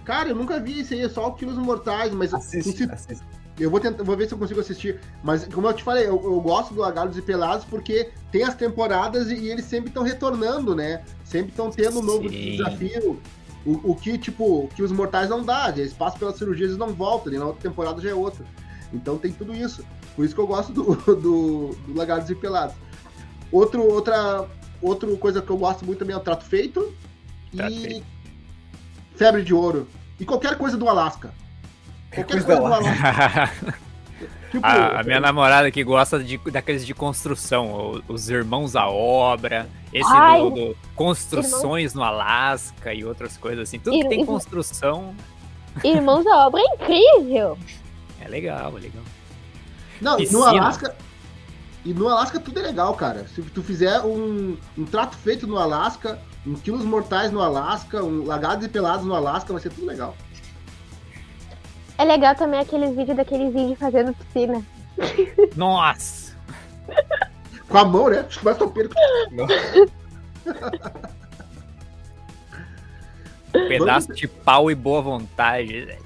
B: Cara, eu nunca vi isso aí, é só o Quilos Mortais, mas
E: Assiste,
B: Esse-
E: assiste.
B: eu vou tentar, vou ver se eu consigo assistir. Mas como eu te falei, eu, eu gosto do Agalos e Pelados porque tem as temporadas e, e eles sempre estão retornando, né? Sempre estão tendo um novo
C: Sim.
B: desafio. O, o que, tipo, o que os mortais não dá, eles passam pelas cirurgias e não voltam, e na outra temporada já é outra. Então tem tudo isso. Por isso que eu gosto do, do, do Lagartos e Pelados. Outro, outra, outra coisa que eu gosto muito também é o Trato Feito
C: Trato
B: e
C: Feito.
B: Febre de Ouro. E qualquer coisa do Alasca. Qualquer
E: Coisa
B: coisa,
E: do
B: do
E: Alasca.
B: Alasca. Tipo,
C: A, a minha
E: é.
C: namorada que gosta de, daqueles de construção, o- os Irmãos à Obra, esse
D: Ai,
C: do, do Construções no Alasca e outras coisas assim. Tudo que
D: Ir-
C: tem
D: ir-
C: construção
D: Irmãos da obra é incrível.
C: é legal, é legal.
B: Não, e no
C: Piscina.
B: Alasca. E no Alasca tudo é legal, cara. Se tu fizer um, um trato feito no Alasca, um quilos mortais no Alasca, um lagados e pelados no Alasca, vai ser tudo legal.
D: É legal também aqueles vídeos daqueles vídeos fazendo piscina.
C: Nossa!
B: Com a mão, né? Mas tô perto.
C: um Pedaço de pau e boa vontade. né?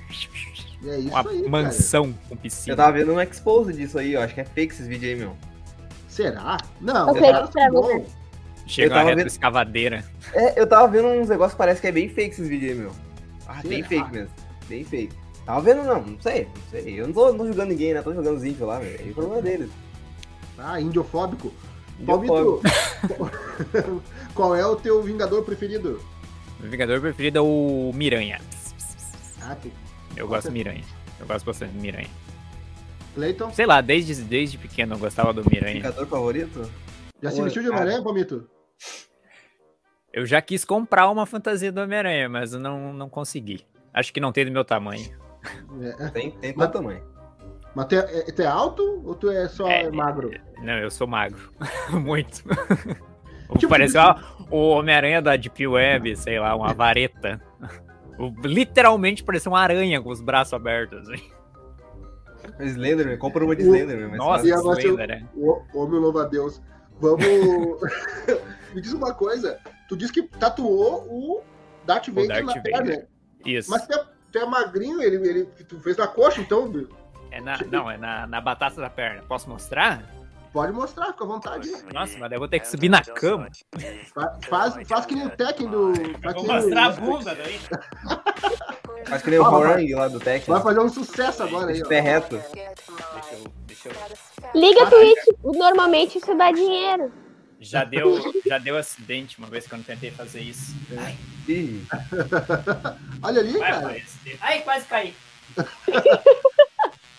B: É isso
C: Uma
B: aí, cara.
C: mansão com
E: Eu
C: piscina.
E: tava vendo um expose disso aí, ó. Acho que é fake esses vídeos aí, meu.
B: Será? Não, é
D: Eu
B: os
D: sei,
B: caras
D: pra
B: são bons.
C: Chega
E: eu tava
C: uma
E: vendo-
C: retroescavadeira.
E: É, eu tava vendo uns negócios que parece que é bem fake esses vídeos aí, meu. Ah, bem
B: Será?
E: fake mesmo. Bem fake. Tava vendo, não, não sei, não sei. Eu não tô, não tô julgando ninguém, né? Tô julgando os índios lá, velho. Aí o problema deles.
B: Ah, indiofóbico.
E: Índio pobre.
B: Palmito, qual é o teu Vingador preferido?
C: Meu Vingador preferido é o Miranha.
B: Ah, tu-
C: Eu
B: Nossa.
C: gosto do Miranha. Eu gosto bastante do Miranha.
B: Cleiton,
C: Sei lá, desde, desde pequeno eu gostava do Miranha.
E: Vingador é favorito?
B: já se
E: Oi,
B: vestiu de
E: cara.
B: Homem-Aranha, Palmito?
C: Eu já quis comprar uma fantasia do Homem-Aranha, mas eu não, não consegui. Acho que não tem do meu tamanho.
B: É.
E: Tem, tem
B: Mas-
E: todo tamanho.
B: Mas tu é, é- tu é alto ou tu é só
C: É,
B: magro?
C: Não, eu sou magro. Muito.
B: Tipo,
C: Pareceu o Homem-Aranha da Deep Web, sei lá, uma vareta. O- Literalmente parecia uma aranha com os braços abertos. assim.
E: Slenderman, compra uma de
B: O-
E: Slenderman. mas-
C: Nossa,
B: e agora
C: Slender, né?
B: Ô, Homem louva a Deus. Vamos. Me diz uma coisa. Tu disse que tatuou o Darth Vader
C: Darth
B: na
C: Vader.
B: perna.
C: Isso.
B: Mas tu é, tu é magrinho, ele, ele tu fez na coxa, então
C: É na- não, é na, na batata da perna. Posso mostrar?
B: pode mostrar, fica à vontade.
C: Nossa, mas daí eu vou ter
H: É,
C: que subir na cama.
B: Fa- Faz, faz que nem o Tekken do. Faz que
H: Vou
B: nem o-
H: mostrar a bunda daí.
E: Acho que nem o
B: Fala, vai.
E: Horang lá do Tech.
B: Vai fazer um sucesso agora aí,
E: Esse
B: ó.
E: pé reto.
H: Deixa eu, deixa eu...
D: Liga a Twitch. Normalmente isso dá dinheiro.
C: Já deu, já deu acidente uma vez quando tentei fazer isso. Ai,
E: Ih,
B: Olha ali,
H: Vai,
B: cara.
H: aparecer. Ai, quase caí.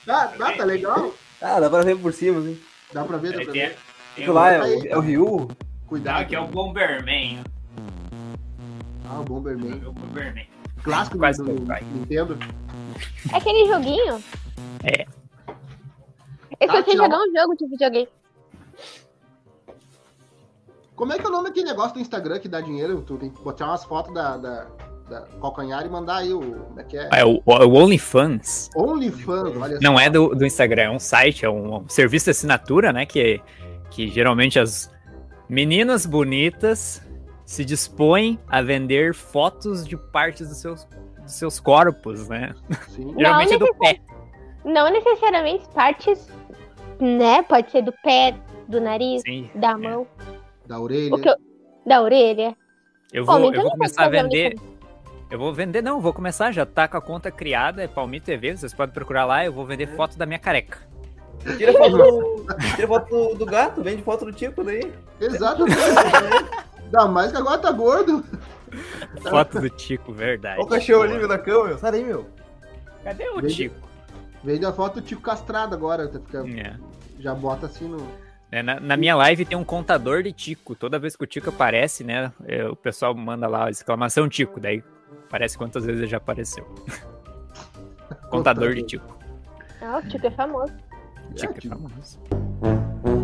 B: Tá, tá, tá legal.
E: Ah, dá pra ver por cima, assim.
B: Dá pra ver, dá
H: Peraí,
B: pra
H: tem-
B: ver.
H: tem
E: Aquilo
H: um-
E: lá é o, é o Ryu?
H: Não,
B: Cuidado.
H: aqui é o Bomberman.
B: Ah, o Bomberman.
C: É
H: O Bomberman.
B: Clássico
C: Quase
B: do,
C: que eu
B: do
C: caio.
B: Nintendo.
D: É aquele joguinho?
C: É.
D: Eu só sei
B: Tá, tchau.
D: jogar um jogo de videogame.
B: Como é que é o nome daquele negócio do Instagram que dá dinheiro? Tu tem que botar umas fotos da, da, da calcanhar e mandar aí o. Como é que é?
C: É o, o OnlyFans.
B: OnlyFans, olha
C: Não é do, do Instagram, é um site, é um, um serviço de assinatura, né? Que, que geralmente as meninas bonitas se dispõem a vender fotos de partes dos seus, dos seus corpos, né?
B: só. assim, Sim.
D: Não,
C: Geralmente é do pé.
D: Não necessariamente partes, né? Pode ser do pé, do nariz,
C: Sim.
D: da mão,
B: Da
D: o que
B: orelha.
D: eu- da orelha. Homem, então
C: Eu vou, eu vou
D: não pode
C: começar a
D: fazer
C: vender. Eu vou vender, não, vou começar, já tá com a conta criada, é Palmito TV, vocês podem procurar lá, eu vou vender
D: É.
C: foto da minha careca.
E: Tira foto do, tira foto do, do gato, vende foto do tipo daí.
B: Exatamente. Ainda mais que agora tá gordo.
C: Foto do Tico, verdade.
E: Olha o cachorro ali, meu, da cama, meu. Sai daí, meu.
C: Cadê o
B: Vende-
C: Tico?
B: Vende a foto do Tico castrado agora. tá? Fica,
E: então.
C: É.
B: já bota assim no.
C: Né, Na, na minha live tem um contador de Tico. Toda vez que o Tico aparece, né? é, O pessoal manda lá exclamação Tico. Daí aparece quantas vezes ele já apareceu. contador de Tico.
D: Ah, o Tico é famoso.
C: Tico é
B: Ah, Tico.
C: famoso.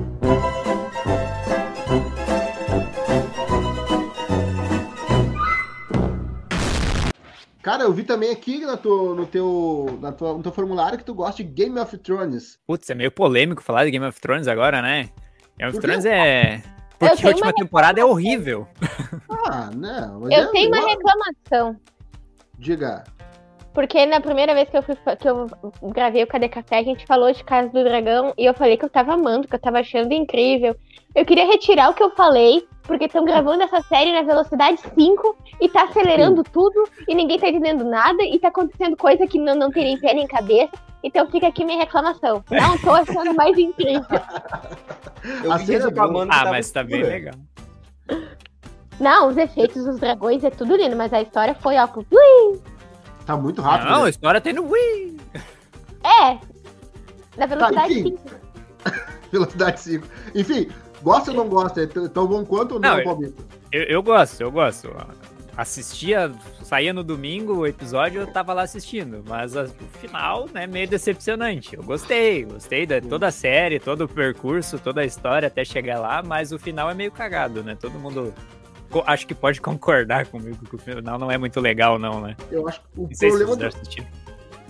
B: Cara, eu vi também aqui na tua, no, teu, na tua, no teu formulário que tu gosta de Game of Thrones.
C: Putz, é meio polêmico falar de Game of Thrones agora, né? Game
B: Por
C: of
B: quê?
C: Thrones é.
D: Eu
C: Porque
D: tenho
C: a última temporada é horrível.
B: Ah, não. mas
D: Eu
B: é
D: tenho uma
B: boa.
D: reclamação.
B: Diga.
D: Porque na primeira vez que eu, fui, fa- que eu gravei o Cadê Café, a gente falou de Casa do Dragão e eu falei que eu tava amando, que eu tava achando incrível. Eu queria retirar o que eu falei, porque estão gravando essa série na velocidade 5 e tá acelerando tudo e ninguém tá entendendo nada e tá acontecendo coisa que não, não tem nem pé nem cabeça. Então fica aqui minha reclamação. Não tô achando mais incrível.
E: Eu
B: A
E: vi
B: cena
E: gente
B: é boa.
E: reclamando que
C: Ah,
E: tava
C: mas tá bem
E: escura.
C: legal.
D: Não, os efeitos dos dragões é tudo lindo, mas a história foi, ó, pro- Ui,
B: Tá muito rápido.
C: Não, a
B: né?
C: história tá tem no Wii.
D: é! Na velocidade
B: enfim.
D: 5.
B: Velocidade 5. Enfim, gosta ou não gosta? É t- tão bom quanto ou não,
C: Não, é eu-
B: Palmito?
C: Eu, eu gosto, eu gosto. Assistia, saía no domingo o episódio, eu tava lá assistindo. Mas a- o final, né, meio decepcionante. Eu gostei, gostei de toda a série, todo o percurso, toda a história até chegar lá, mas o final é meio cagado, né? Todo mundo. co- Acho que pode concordar comigo que o final não é muito legal, não, né?
B: Eu acho que o
C: Não sei se
B: problema
C: vocês
B: do
C: já assistiram.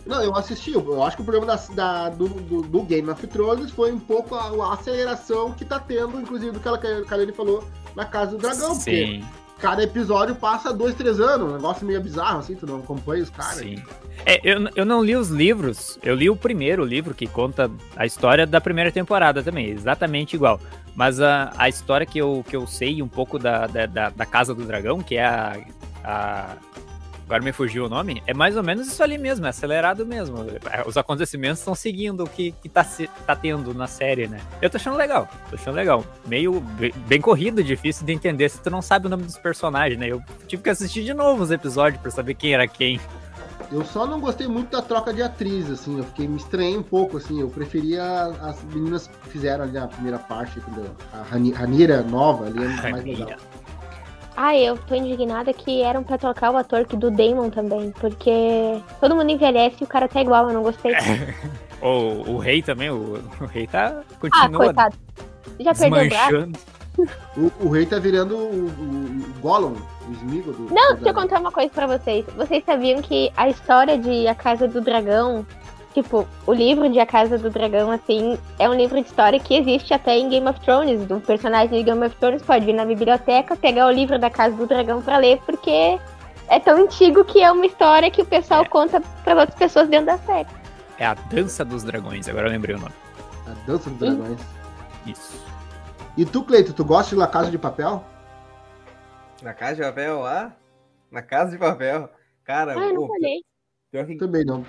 B: Não, eu assisti. Eu acho que o problema da, da- do, do- do Game of Thrones foi um pouco a, a aceleração que tá tendo, inclusive do que ela, que ele falou na Casa do Dragão. é Porque
C: Sim,
B: cada episódio passa dois, três anos. Um negócio meio bizarro, assim, tu não acompanha os caras.
C: sim. É, eu, n- eu não li os livros, eu li o primeiro livro que conta a história da primeira temporada também, exatamente igual. Mas a, a história que eu, que eu sei um pouco da, da, da- da Casa do Dragão, que é a, a agora me fugiu o nome, é mais ou menos isso ali mesmo, é acelerado mesmo. É, Os acontecimentos estão seguindo o que, que tá, se- tá tendo na série, né? Eu tô achando legal, tô achando legal. Meio be- bem corrido, difícil de entender se tu não sabe o nome dos personagens, né? Eu tive que assistir de novo os episódios pra saber quem era quem.
B: Eu só não gostei muito da troca de atriz, assim, eu fiquei, me estranhei um pouco, assim, eu preferia as meninas que fizeram ali na primeira parte, quando a Rani- Ranira nova ali, é mais legal.
D: Ah, eu tô indignada que eram pra trocar o ator que do Damon também, porque todo mundo envelhece e o cara tá igual, eu não gostei.
C: Ou o rei também, o, o rei tá
D: Ah,
C: continua
D: coitado. Já perdeu o braço?
C: desmanchando.
B: O, o rei tá virando o, o- o Gollum, o esmigo do...
D: Não,
B: do
D: deixa eu
B: dragão.
D: contar uma coisa pra vocês. Vocês sabiam que a história de A Casa do Dragão, tipo, o livro de A Casa do Dragão, assim, é um livro de história que existe até em Game of Thrones. Do personagem de Game of Thrones pode vir na biblioteca, pegar o livro da Casa do Dragão pra ler, porque é tão antigo que é uma história que o pessoal conta pra outras pessoas dentro da série.
C: É a dança dos dragões, agora eu lembrei o nome.
B: A dança dos dragões.
C: Isso.
B: E tu, Cleito, tu gosta de La Casa de Papel?
E: Na casa de papel, ah? Na casa de papel. Cara,
D: Ah, eu não
E: pô,
D: falei.
E: pior que.
B: Também não.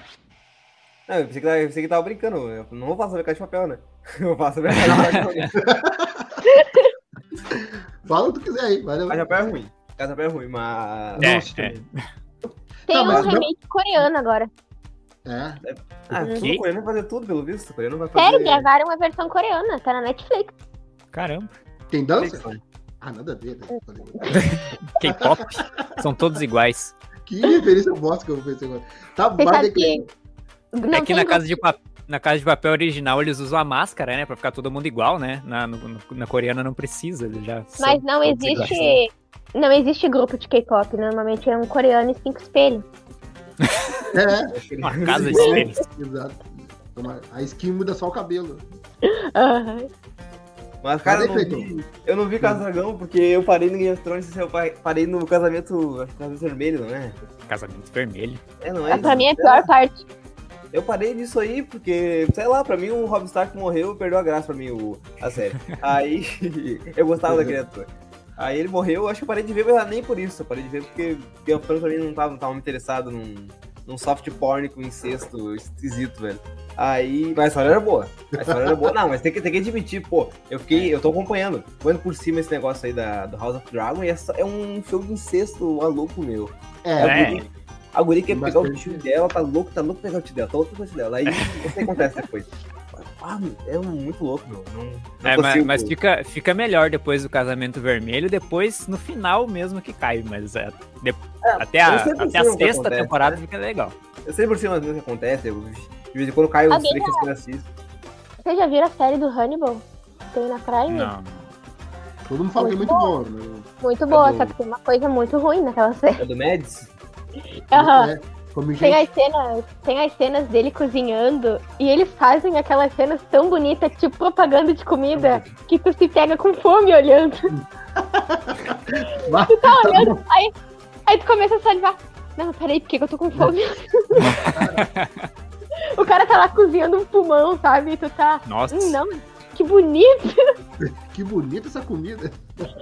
E: Não, eu pensei que, tava, eu pensei que tava brincando. Eu não vou falar sobre a casa de papel, né? Eu faço sobre a casa de papel.
B: Fala o que tu quiser aí, vai
E: Casa de
B: levar.
E: papel é ruim. Casa de papel é ruim, mas.
C: É,
B: Nossa,
C: é.
D: Tem
B: Tá, mas
D: um
B: não-
D: remake coreano agora.
B: É.
E: Ah,
C: O
E: tudo
C: quê?
E: coreano vai fazer tudo, pelo visto. O coreano vai fazer.
D: Sério, gravaram uma versão coreana, tá na Netflix.
C: Caramba.
B: Tem dança?
E: Netflix.
B: Ah, nada a ver. né? Falei.
C: K-pop. São todos iguais.
B: Que referência bosta que eu pensei agora. Tá,
D: Você
B: vai
D: sabe
B: ter
D: que.
B: que...
D: Não
C: é que
D: tem
C: na
D: grupo
C: casa, de pa- na casa de papel original eles usam a máscara, né? Pra ficar todo mundo igual, né? Na, no- no- na coreana não precisa. eles Já
D: Mas não existe.
C: né?
D: Não existe grupo de K-pop. Normalmente é um coreano e cinco espelhos.
B: É,
C: Uma casa de espelhos.
B: exato. Toma- A skin muda só o cabelo.
E: Mas, cara, eu não,
B: Cadê,
E: vi, eu não
C: hum.
E: vi Casa do Dragão porque eu parei no Game of Thrones e eu pa- parei no casamento, acho que casamento vermelho, não é?
C: Casamento vermelho.
E: É, não é?
D: É, pra
E: isso?
D: mim é a pior parte.
E: Eu parei nisso aí porque, sei lá, pra mim o Rob Stark morreu e perdeu a graça pra mim, o, a série. Aí eu gostava daquele ator. Aí ele morreu, eu acho que eu parei de ver, mas nem por isso. Eu parei de ver porque Game of Thrones pra mim não tava, não tava me interessado num, num soft porn com incesto esquisito, velho. Aí. Mas a história era boa. A história era boa. Não, mas tem que, tem que admitir, pô. Eu fiquei. Eu tô acompanhando. Vendo por cima esse negócio aí da, do House of Dragon e é, só- é um filme de incesto maluco, meu.
B: É,
C: É.
E: A guria quer pegar o
B: Bastante.
E: tio dela, tá louco, tá louco pra pegar o tio dela, tá louco pra pegar o tio dela. Aí o que acontece depois? Ah, meu, é um- muito louco, meu. Não, não
C: É, mas,
E: consigo.
C: mas fica, fica melhor depois do casamento vermelho, depois no final mesmo que cai. Mas é, de- até a,
E: eu sempre
C: até a
E: sei o que
C: sexta
E: acontece,
C: temporada
E: né?
C: fica legal.
E: Eu sei por cima das coisas que acontecem, eu- de vez em quando cai um os
D: Alguém
E: trechos que eu assisto.
D: Vocês já viram a série do Hannibal? Tem na Prime?
C: Não.
B: todo mundo fala que é muito bom. né?
D: Muito boa,
E: do-
D: só que tem uma coisa muito ruim naquela série.
E: É do Mads?
D: Aham.
B: É, Come
D: Tem
B: gente.
D: as, cenas, tem as cenas dele cozinhando e eles fazem aquelas cenas tão bonitas, tipo propaganda de comida, que tu se pega com fome olhando.
B: Vai,
D: tu tá
B: tá
D: olhando, aí, aí tu começa a salivar. Não, peraí, por que que eu tô com fome? o cara tá lá cozinhando um pulmão, sabe? E tu tá.
C: Nossa,
D: "Hum, não, que bonito!
B: Que bonita essa comida.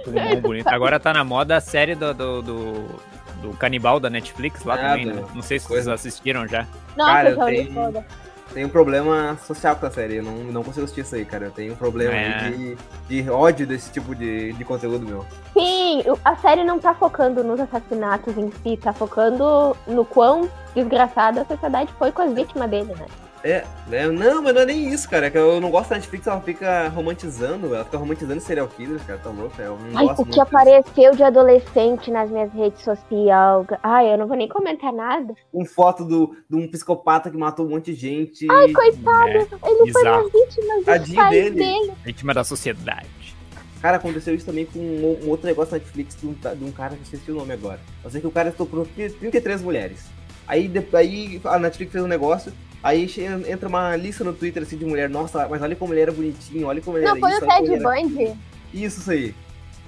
C: pulmão bonito. Agora tá na moda a série do, do, do- do canibal da Netflix lá
E: Ah,
C: também, né?
E: do-
C: Não sei se vocês
E: coisa.
C: assistiram já.
D: Nossa, é
E: Cara,
D: eu já olhei
E: tem-
D: toda.
E: Tem um problema social com a série, eu não, não consigo assistir isso aí, cara. Eu tenho um problema
C: É.
E: aí de, de ódio desse tipo de, de conteúdo meu.
D: Sim, o- a série não tá focando nos assassinatos em si, tá focando no quão desgraçada a sociedade foi com as vítimas dele, né?
E: É, né? não, mas não é nem isso, cara. É que eu não gosto da Netflix, ela fica romantizando, ela fica romantizando serial killers, cara, tá louco. Eu não
D: Ai,
E: gosto
D: o
E: muito
D: que
E: disso.
D: apareceu de adolescente nas minhas redes sociais. Ai, eu não vou nem comentar nada.
E: com foto do, de um psicopata que matou um monte de gente. Ai, coitado.
C: É,
D: Ele foi
C: Bizarro.
D: nas vítimas dos
E: Tadinho
D: pais
E: dele.
D: dele.
C: vítima da sociedade.
E: Cara, aconteceu isso também com um, um outro negócio na Netflix de um, ta- de um cara que eu esqueci o nome agora. Eu sei que o cara estuprou 33 mulheres. Aí, de- aí a Netflix fez um negócio, aí che- entra uma lista no Twitter assim de mulher, nossa, mas olha como ele era bonitinho, olha como ele
D: Não
E: era
D: foi
E: isso. né?
D: o
E: olha como
D: Ted
E: ele era-
D: Bundy?
E: Isso, isso aí.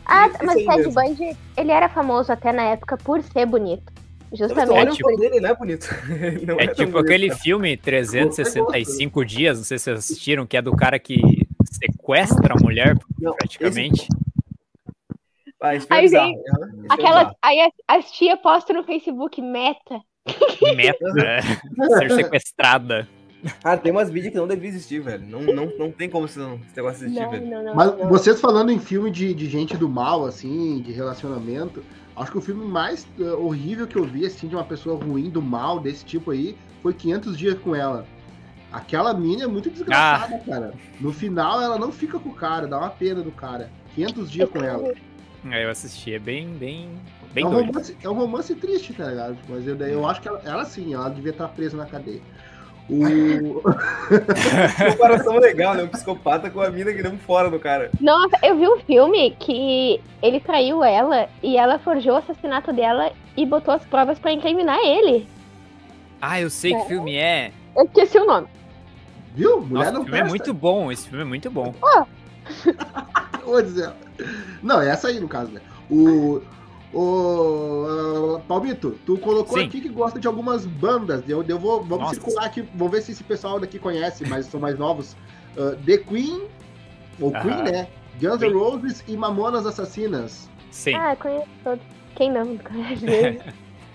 D: Ah,
E: Esse
D: mas
E: aí
D: o Ted
E: mesmo.
D: Bundy, ele era famoso até na época por ser bonito.
E: Mas tu olha
D: Justamente
E: o
C: tipo-
E: tipo... dele, não é bonito. Ele não
C: É
E: tão
C: tipo
E: bonito,
C: aquele
E: cara.
C: filme 365 dias, não sei se vocês assistiram, que é do cara que sequestra a mulher
E: Não, esse-
C: praticamente.
E: Ah, isso foi
D: Aí
E: bizarro.
D: vem
E: aham, isso foi
D: Aquela,
E: bizarro.
D: aí as, as tia postam no Facebook meta.
C: Meta. né? ser sequestrada.
E: Cara, tem umas mídias que não devia existir, velho. Não, não, não tem como esse esse negócio existir,
D: Não,
E: velho.
D: não, não.
B: Mas
D: não.
B: vocês falando em filme de, de gente do mal, assim, de relacionamento, acho que o filme mais eh, horrível que eu vi, assim, de uma pessoa ruim, do mal, desse tipo aí, foi 500 Dias com Ela. Aquela mina é muito desgraçada,
C: Ah.
B: cara. No final, ela não fica com o cara, dá uma pena do cara. 500 Dias com Ela.
C: Aí eu assisti, é bem, bem,
B: É
C: bem
B: um,
C: doido.
B: romance, é um romance triste, tá ligado? Mas eu, daí eu acho que ela, ela sim, ela devia estar presa na cadeia. O...
E: Comparação legal, né? Um psicopata com a mina que deu um fora do cara.
D: Nossa, eu vi um filme que ele traiu ela e ela forjou o assassinato dela e botou as provas pra incriminar ele.
C: Ah, eu sei que filme é.
D: Eu esqueci o nome.
B: Viu? Mulher
C: Nossa,
B: não
C: esse filme é
B: presta.
C: muito bom, esse filme é muito bom.
B: Ô, Gisela. Não, é essa aí no caso, né? O. O. ah, Palmito, tu colocou
C: Sim.
B: aqui que gosta de algumas bandas. Eu, eu vou, vamos
C: Nossa.
B: circular aqui, vamos ver se esse pessoal daqui conhece, mas são mais novos. Ah, The Queen, ou
C: Aham.
B: Queen, né? Guns N'
C: Queen.
B: Roses e Mamonas Assassinas.
C: Sim.
D: Ah, conheço todos. Quem não? Conhece ele.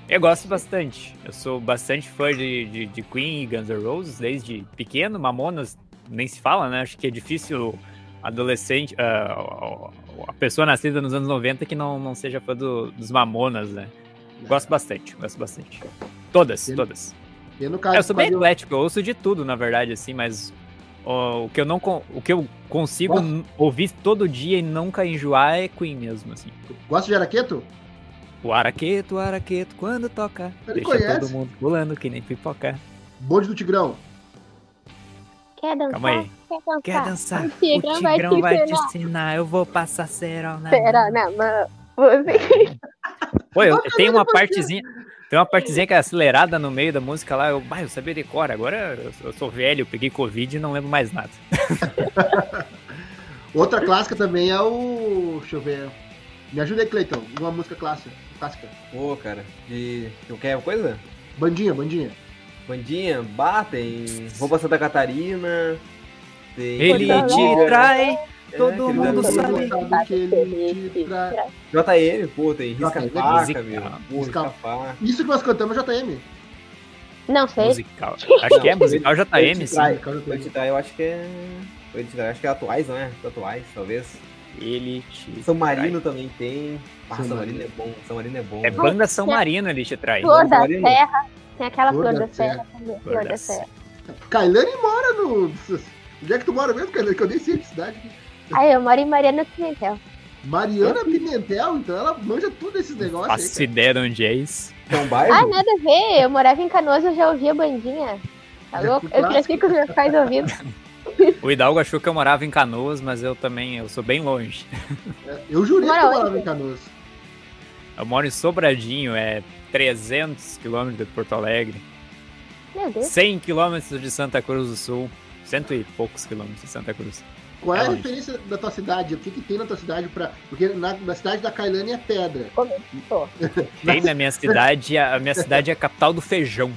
C: Eu gosto bastante. Eu sou bastante fã de, de, de Queen e Guns N' Roses desde pequeno. Mamonas nem se fala, né? Acho que é difícil adolescente, ah, a pessoa nascida nos anos 90 que não, não seja fã do- dos Mamonas, né? Gosto bastante, gosto bastante. Todas,
B: Sim.
C: todas.
B: E no
C: É,
B: caso,
C: Eu sou bem
B: quase-
C: eclético, eu ouço de tudo, na verdade, assim, mas ó, o que eu não con- o que eu consigo
B: Nossa.
C: n- ouvir todo dia e nunca enjoar é Queen mesmo, assim.
B: um- gosta de Araqueto?
C: O araqueto, o araqueto, quando toca,
B: Ele
C: deixa
B: conhece.
C: todo mundo pulando que nem pipoca.
B: Bonde do Tigrão.
D: Quer dançar?
C: Calma aí.
D: Quer dançar?
C: Quer dançar?
D: O Tigrão, vai te ensinar.
C: ensinar, eu vou passar cerol
D: né?
C: na
D: Pera, não, né, mano. Você...
C: Pô, eu, tem uma partezinha, tem uma partezinha que é acelerada no meio da música lá, eu, bah, eu sabia decora, agora eu, eu sou velho, eu peguei covid e não lembro mais nada.
B: Outra clássica também é o. Deixa eu ver. Me ajuda aí, Cleiton. Uma música clássica. clássica.
E: Pô, cara. De. Tu quer coisa?
B: Bandinha, bandinha.
E: Bandinha, bah, tem. Vou pra Santa Catarina. Tem.
C: Ele
D: Porto
C: te
D: Alegre.
C: trai,
E: É,
C: todo
E: aquele
C: mundo
E: da-
C: sabe.
B: Sabe que ele te trai.
E: JL, pô, tem
B: JL,
E: risca-faca,
C: musical.
E: meu. Pô,
B: Musical.
E: risca-faca.
B: Isso que nós cantamos é JM.
D: Não sei.
C: musical. Acho que é musical
E: Ele
C: JM,
E: te
C: sim.
E: trai.
B: Cara, eu tô-
E: Eu te trai, eu acho que é. Eu te trai, acho que é atuais, não é? Atuais, talvez.
C: Ele te
E: São Marino também tem. Ah,
B: São
E: São Marino é bom, São Marino é bom.
C: É
E: velho.
C: banda São Marino, ele te trai.
D: Flor da
E: Marino?
D: Serra. Tem aquela
B: Flor
D: flor
B: da
D: da Serra também. Flor da Serra.
B: Kailane mora no. Onde é que tu mora mesmo, Kailane? Que eu nem sei de cidade. aqui.
D: Aí Ah, eu moro em Mariana Pimentel.
B: Mariana Pimentel, então ela manja tudo esses negócios aí.
C: Faço ideia de onde é isso.
E: São
D: Ah,
E: um Bairro?
D: nada a ver. Eu morava em Canoas, eu já ouvia bandinha. Tá
B: Já
D: louco?
B: fui
D: Eu cresci com os meus pais ouvindo.
C: O Hidalgo achou que eu morava em Canoas, mas eu também, eu sou bem longe.
B: É, Eu jurei que
D: Mora
B: eu
D: onde?
B: morava em Canoas.
C: Eu moro em Sobradinho, é 300 quilômetros de Porto Alegre,
D: Meu
B: Hum?
D: Deus.
C: 100 quilômetros de Santa Cruz do Sul, cento e poucos quilômetros de Santa Cruz.
B: Qual é,
C: É
B: a
C: longe.
B: diferença da tua cidade? O que, que tem na tua cidade pra. Porque na, na cidade da Kailane é pedra.
C: Tem na minha cidade, a a minha cidade é a capital do feijão.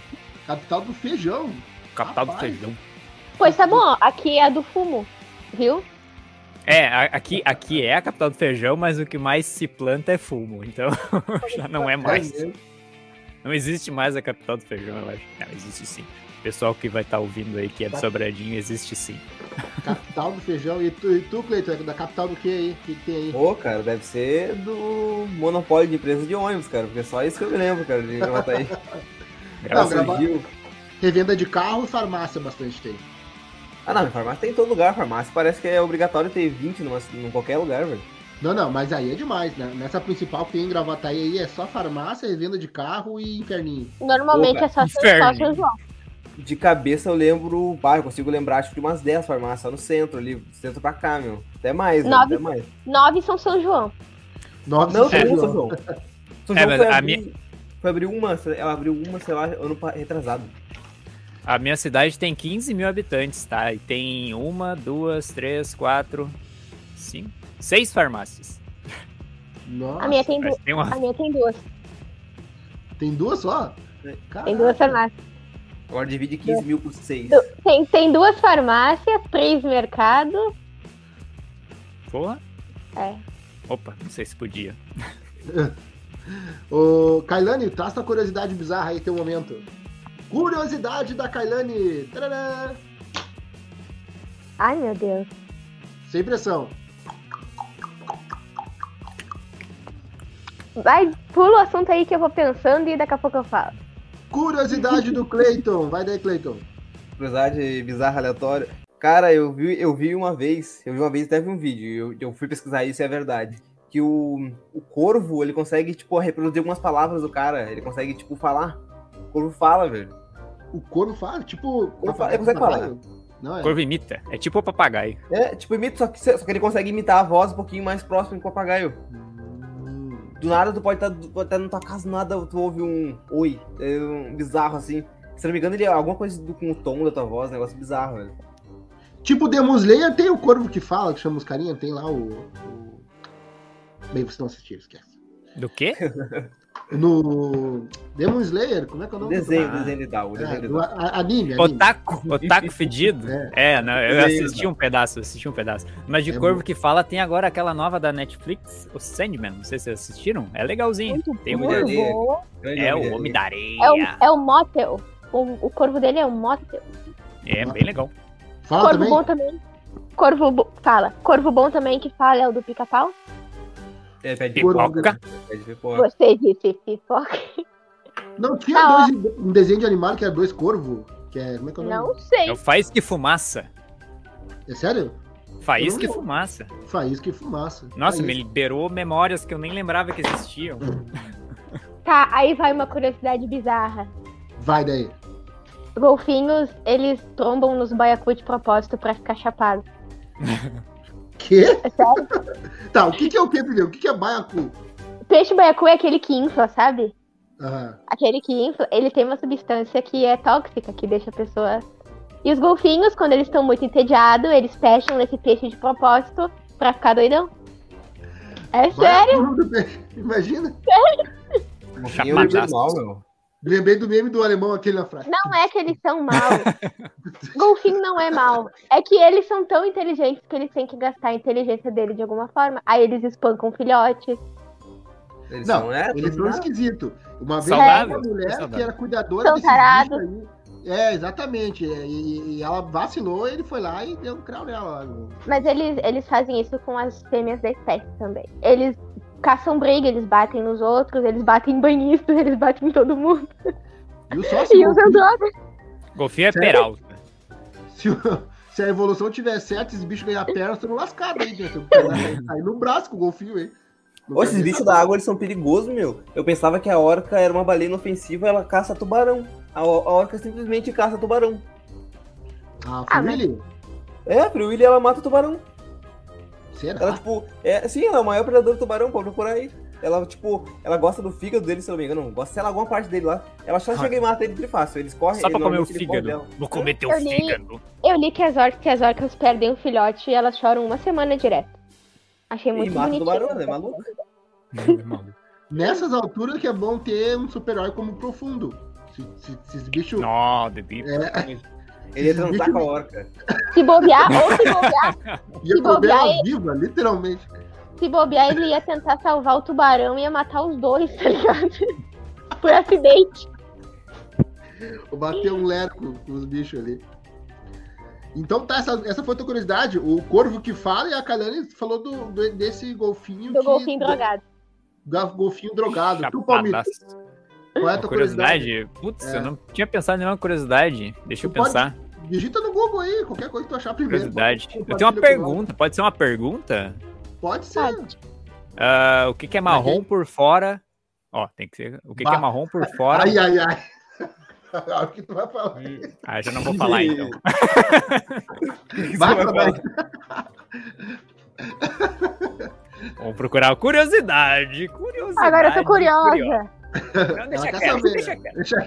B: Capital do feijão.
C: Capital do
B: Rapaz.
C: feijão.
D: Pois tá bom, ó, aqui é a do fumo, viu?
C: É, a- aqui, aqui é a capital do feijão, mas o que mais se planta é fumo, então já não é mais.
B: É mesmo.
C: Não existe mais a capital do feijão, eu acho. Não, existe sim. O pessoal que vai estar ouvindo aí, que é
B: Tá.
C: de Sobradinho, existe sim.
B: Capital do feijão. E tu, e tu Cleiton, é da capital do que aí? O que, que tem aí?
E: Pô, cara, deve ser do monopólio de empresa de ônibus, cara, porque é só isso que eu me lembro, cara, de Gravataí.
C: Graças
B: Não,
C: a
B: grava-
E: Gil.
B: Revenda de carro e farmácia bastante tem.
E: Ah, não, farmácia tem em todo lugar, farmácia parece que é obrigatório ter 20 numa, em qualquer lugar, velho.
B: Não, não, mas aí é demais, né? Nessa principal que tem em Gravataí aí é só farmácia, revenda de carro e inferninho.
D: Normalmente
E: Opa,
D: é só São-
C: inferno.
D: só São João.
E: De cabeça eu lembro, pá, eu consigo lembrar acho que de umas 10 farmácias só no centro ali, do centro pra cá, meu. Até mais, velho,
D: Nove.
E: até mais.
D: Nove são São João.
B: Nossa,
E: Não,
B: São
E: tem um,
B: João.
E: São João. São
C: É,
E: João
C: mas
E: foi,
C: a
E: abrir, foi abrir uma, ela abriu uma, sei lá, ano pa- retrasado.
C: A minha cidade tem 15 mil habitantes, tá? E tem uma, duas, três, quatro, cinco, seis farmácias.
B: Nossa,
D: A minha tem,
C: Mas
D: du-
C: tem uma...
D: a minha tem duas.
B: tem duas só?
E: É.
D: Tem duas
B: Caraca.
D: farmácias.
E: Agora divide 15 mil por 6.
D: Du- Tem, tem duas farmácias, três mercados.
C: Porra.
D: É.
C: Opa, não sei se podia.
B: Ô, Kailane, traz tua curiosidade bizarra aí, teu momento. Curiosidade da Kailane. Tarará.
D: Ai, meu Deus.
B: Sem pressão.
D: Vai, pula o assunto aí que eu vou pensando e daqui a pouco eu falo.
B: Curiosidade do Cleiton. Vai daí, Cleiton.
E: Curiosidade bizarra, aleatória. Cara, eu vi, eu vi uma vez, eu vi uma vez, teve um vídeo, eu, eu fui pesquisar isso e é verdade. Que o, o corvo, ele consegue, tipo, reproduzir algumas palavras do cara. Ele consegue, tipo, falar. O corvo fala, velho.
B: O corvo fala? Tipo.
E: Corvo fala- ele consegue falar.
B: Não é?
C: Corvo imita. É tipo o papagaio.
E: É, tipo, imita, só que, só que ele consegue imitar a voz um pouquinho mais próximo que o papagaio.
B: Hum,
E: Do nada, tu pode estar na tua casa, do nada tu ouve um oi, é, um bizarro assim. Se não me engano, ele é alguma coisa do- com o tom da tua voz, um negócio bizarro, velho.
B: Tipo o Demon Slayer tem o corvo que fala, que chama os carinha, tem lá o. o- Bem, vocês não assistiram, esquece.
C: Do quê?
B: No Demon Slayer, como é que é o
E: O
B: nome?
E: desenho,
B: do...
E: o desenho ele dá, o desenho
B: É,
E: ele
B: do
E: dá.
B: a- a- anime, anime.
C: Otaku, otaku fedido. É, não, eu
E: Beleza.
C: assisti um pedaço, assisti um pedaço. Mas de
B: É
C: Corvo que fala, tem agora aquela nova da Netflix, o Sandman. Não sei se vocês assistiram. É legalzinho. Tem um
E: bom.
C: videozinho.
E: areia.
A: Boa.
E: Grande
C: É
E: dele.
C: o Homem da
D: É o,
C: Areia.
D: é o Motel. O, o corvo dele é um Motel.
C: É bem legal.
B: Fala
D: corvo
B: também.
D: bom também. Corvo bo... fala. Corvo bom também que fala é o do pica-pau.
E: É, pede
C: Pipoca.
E: Pede É, pipoca.
D: Você disse pipoca.
B: Não tinha
D: Tá
B: dois, um desenho de animal que era dois corvos? Que é. Como é que é o nome?
D: Não sei.
C: É o Faz que Fumaça.
B: É sério?
C: Faz que
B: Não.
C: Fumaça.
B: Faísca e fumaça.
C: Nossa, me
B: Faísca.
C: liberou memórias que eu nem lembrava que existiam.
B: Hum.
D: Tá, aí vai uma curiosidade bizarra.
B: Vai daí.
D: Golfinhos, eles trombam nos baiacu de propósito pra ficar chapado.
B: Quê?
D: É
B: tá, o que, que é o quê primeiro? O que, que é baiacu?
D: Peixe baiacu é aquele que infla, sabe?
B: Aham.
D: Aquele que infla, ele tem uma substância que é tóxica, que deixa a pessoa. E os golfinhos, quando eles estão muito entediados, eles fecham nesse peixe de propósito pra ficar doidão. É sério?
B: Baiacu, o nome do peixe. Imagina.
E: Eu lembro
C: Um Chapadaço.
E: mal, meu.
B: Lembrei do meme do alemão aquele na frase.
D: Não é que eles são maus. Golfinho não é mau. É que eles são tão inteligentes que eles têm que gastar a inteligência dele de alguma forma. Aí eles espancam filhotes.
E: Eles
B: Não,
E: são, é,
B: Ele
E: eles
B: foi um esquisito. Uma vez
C: Saudável?
B: uma mulher que
C: Saudável.
B: era cuidadora
D: São
B: desse
D: tarados.
B: aí. É, exatamente. E, e- e ela vacilou, ele foi lá e deu um crau nela.
D: Mas eles, eles fazem isso com as fêmeas da espécie também. Eles caçam briga, eles batem nos outros, eles batem em banhistas, eles batem em todo mundo.
B: Viu só se,
D: E
B: o-
D: usam drogas.
C: Golfinho é
B: Sério?
C: Peralta.
B: se, o- se a evolução tiver certo, esses bichos ganhar perna, estão lascados aí dentro. Aí no braço com o golfinho aí.
E: Ô, esses bichos da água, eles são perigosos, meu. Eu pensava que a orca era uma baleia inofensiva, ela caça tubarão. A, or- a orca simplesmente caça tubarão.
B: Ah,
D: Ah,
B: família?
E: É, a Free Willy, ela mata o tubarão.
B: Será?
E: Ela, tipo, é, sim, ela é o maior predador do tubarão, pode procurar aí. Ela, tipo, ela gosta do fígado dele, se eu não me engano. Gosta, sei lá, alguma parte dele lá. Ela só chega e mata ele de fácil. Eles correm
B: é
C: Só pra comer o
E: normalmente ele corre
C: fígado.
E: dela.
C: Vou comer teu
D: Eu nem-
C: fígado.
B: Hum,
D: Eu li que as, or que as orcas perdem um filhote e elas choram uma semana direto. Achei
E: E
D: muito
E: mata o
D: bonitinho.
E: tubarão, né? Maluco.
C: Hum,
B: Nessas alturas que é bom ter um super-herói como profundo. Se, se- se esse bicho.
C: Não, The
B: É,
C: Beep.
E: Ele ia
B: Esses
E: transar
B: bichos-
E: com a orca.
D: Se bobear, ou se bobear,
B: Ia
D: se
B: comer
D: bobear,
B: ela viva, literalmente.
D: se bobear, ele ia tentar salvar o tubarão e ia matar os dois, tá ligado? Por acidente.
B: Ou bater um lerco com os bichos ali. Então tá, essa, essa foi a tua curiosidade. O corvo que fala e a Kalani falou do, do- desse golfinho.
D: Do
B: que-
D: golfinho drogado.
B: Da, golfinho drogado. Tu, Palmito,
C: Chapadaço.
B: qual é a
C: Uma
B: tua
C: curiosidade?
B: curiosidade?
C: Putz,
B: É.
C: eu não tinha pensado em nenhuma curiosidade. Deixa eu
B: Tu pode
C: pensar.
B: Digita no Google aí, qualquer coisa que tu achar primeiro.
C: Curiosidade.
B: Pode-
C: Eu tenho uma
B: compartilha com nós.
C: pergunta. Pode ser uma pergunta?
B: Pode ser.
C: Ah, o que, que é marrom
B: Imagina.
C: por fora? Ó, tem que ser. O que, que
B: Bah.
C: é marrom por fora?
B: Ai, ai, ai. Olha o que tu vai falar.
C: Ah, já não vou falar então.
B: Vai,
E: Isso é uma
B: vai.
C: Vamos procurar curiosidade. Curiosidade.
D: Agora eu tô curiosa.
C: Não, deixa
B: quer
C: quieto,
B: saber. né?
C: deixa quieto.
B: Deixa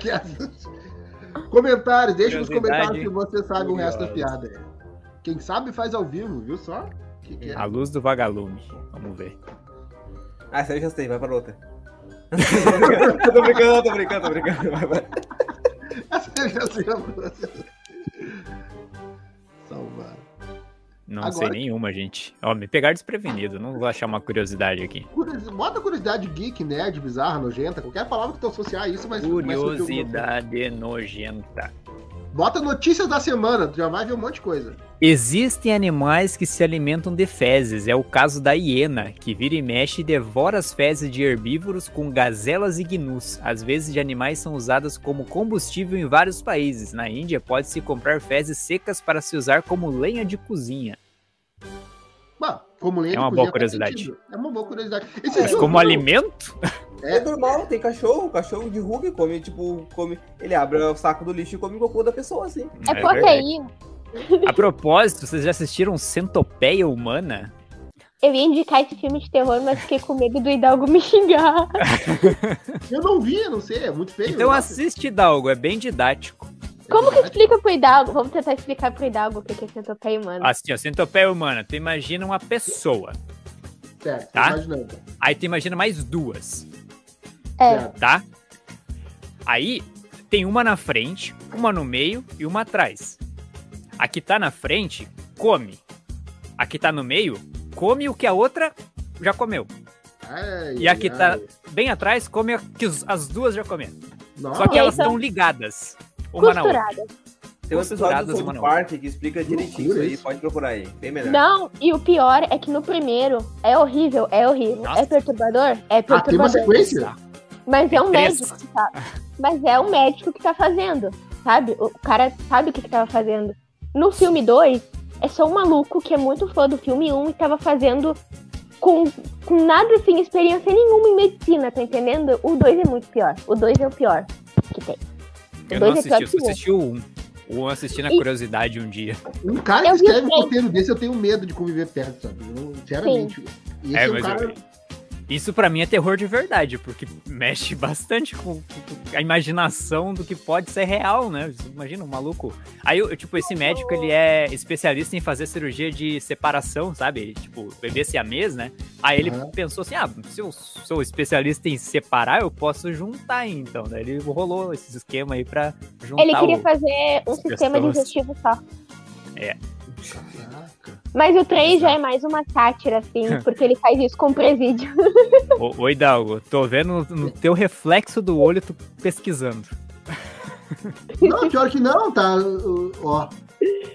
B: quieto. Comentários, deixa nos
C: Curiosidade.
B: comentários se você sabe o resto da
E: Curiosa.
B: piada. aí. Quem sabe faz ao vivo, viu só? Que que é?
C: A luz do vagalume. Vamos ver.
E: Ah, essa eu já sei, vai pra outra. Eu tô brincando, eu tô brincando, eu tô brincando. Vai, vai.
B: é Essa eu já sei, eu vou- Salvar.
C: Não
B: Agora-
C: sei nenhuma, gente. Ó, me pegaram desprevenido. Não vou achar uma curiosidade aqui.
B: Curiosi- Bota curiosidade geek, nerd, bizarra, nojenta, qualquer palavra que tu associar a isso, mas.
C: Curiosidade nojenta.
B: Bota notícias da semana, tu já vai ver um monte de coisa.
C: Existem animais que se alimentam de fezes. É o caso da hiena, que vira e mexe e devora as fezes de herbívoros com gazelas e gnus. As vezes de animais são usadas como combustível em vários países. Na Índia, pode-se comprar fezes secas para se usar como lenha de cozinha.
B: Bah, como lente,
C: É uma
B: cozinha, faz
C: boa curiosidade.
B: sentido. É uma boa curiosidade. Esse
C: Mas
B: jogo-
C: como alimento?
E: É normal, tem cachorro, cachorro de rug come, tipo, come. Ele abre o saco do lixo e come o cocô da pessoa, assim.
D: É,
C: verdade.
D: proteína.
C: A propósito, vocês já assistiram Centopeia Humana?
D: Eu ia indicar esse filme de terror, mas fiquei com medo do Hidalgo me xingar.
B: Eu não vi, eu não sei, é muito feio.
C: Então
B: né?
C: assiste, Dalgo, é bem didático.
D: Como que explica pro Hidalgo? Vamos tentar explicar pro Hidalgo o que que é centopeia humana.
C: Assim, ó, Centopeia Humana, tu imagina uma pessoa,
B: Certo,
C: Tá?
B: tá? imaginando.
C: aí tu imagina mais duas,
D: é,
B: Certo.
C: tá? Aí tem uma na frente, uma no meio e uma atrás. A que tá na frente, come. A que tá no meio, come o que a outra já comeu.
B: Ai,
C: E aqui
B: ai.
C: tá- Bem atrás, come o que os- as duas já comeram.
B: Nossa, ah,
C: Só que elas
D: então-
C: estão ligadas, uma na outra.
D: costurada.
E: Tem um episódio
C: Costuradas
E: do
C: uma na
E: South Park que explica direitinho isso
B: Loucura
E: aí,
B: isso.
E: pode procurar aí. Bem
C: É.
E: melhor.
D: Não, e o pior é que no primeiro é horrível, é horrível.
C: Nossa.
D: É perturbador? É
B: Ah, tem uma
D: perturbador.
B: sequência?
D: Mas é um
C: Três.
D: médico que tá. Mas é um médico que tá fazendo, sabe? O cara sabe o que, que tava fazendo. No filme 2, é só um maluco que é muito fã do filme 1 um, e tava fazendo com, com nada assim, experiência nenhuma em medicina, tá entendendo? O 2 é muito pior. O 2 é o pior que tem.
C: Eu
D: Dois
C: não assisti, eu
D: episódios
C: só
D: que
C: assisti o um. O um eu assisti na
D: E-
C: curiosidade um dia.
B: Um cara que
D: Eu vi
B: escreve um
D: bem.
B: roteiro desse, eu tenho medo de conviver perto, sabe? Eu não- sinceramente. E esse
C: É,
B: é um
C: mas
B: cara.
C: eu- Isso pra mim é terror de verdade, porque mexe bastante com, com a imaginação do que pode ser real, né? Imagina um maluco. Aí, eu- tipo, esse médico, ele é especialista em fazer cirurgia de separação, sabe? Ele, Tipo, bebê siamês, né? Aí ele
B: Aham.
C: pensou assim, ah, se eu sou especialista em separar, eu posso juntar, então. Daí ele rolou esse esquema aí pra juntar
D: Ele queria
C: tá o-
D: fazer um
C: as
D: sistema
C: pessoas. É.
D: digestivo só.
B: Caraca.
D: Mas o 3 já é mais uma sátira, assim, porque ele faz isso com o presídio.
C: Ô, ô, Hidalgo, tô vendo no teu reflexo do olho, tu pesquisando.
B: Não, pior que não, tá. uh, Ó.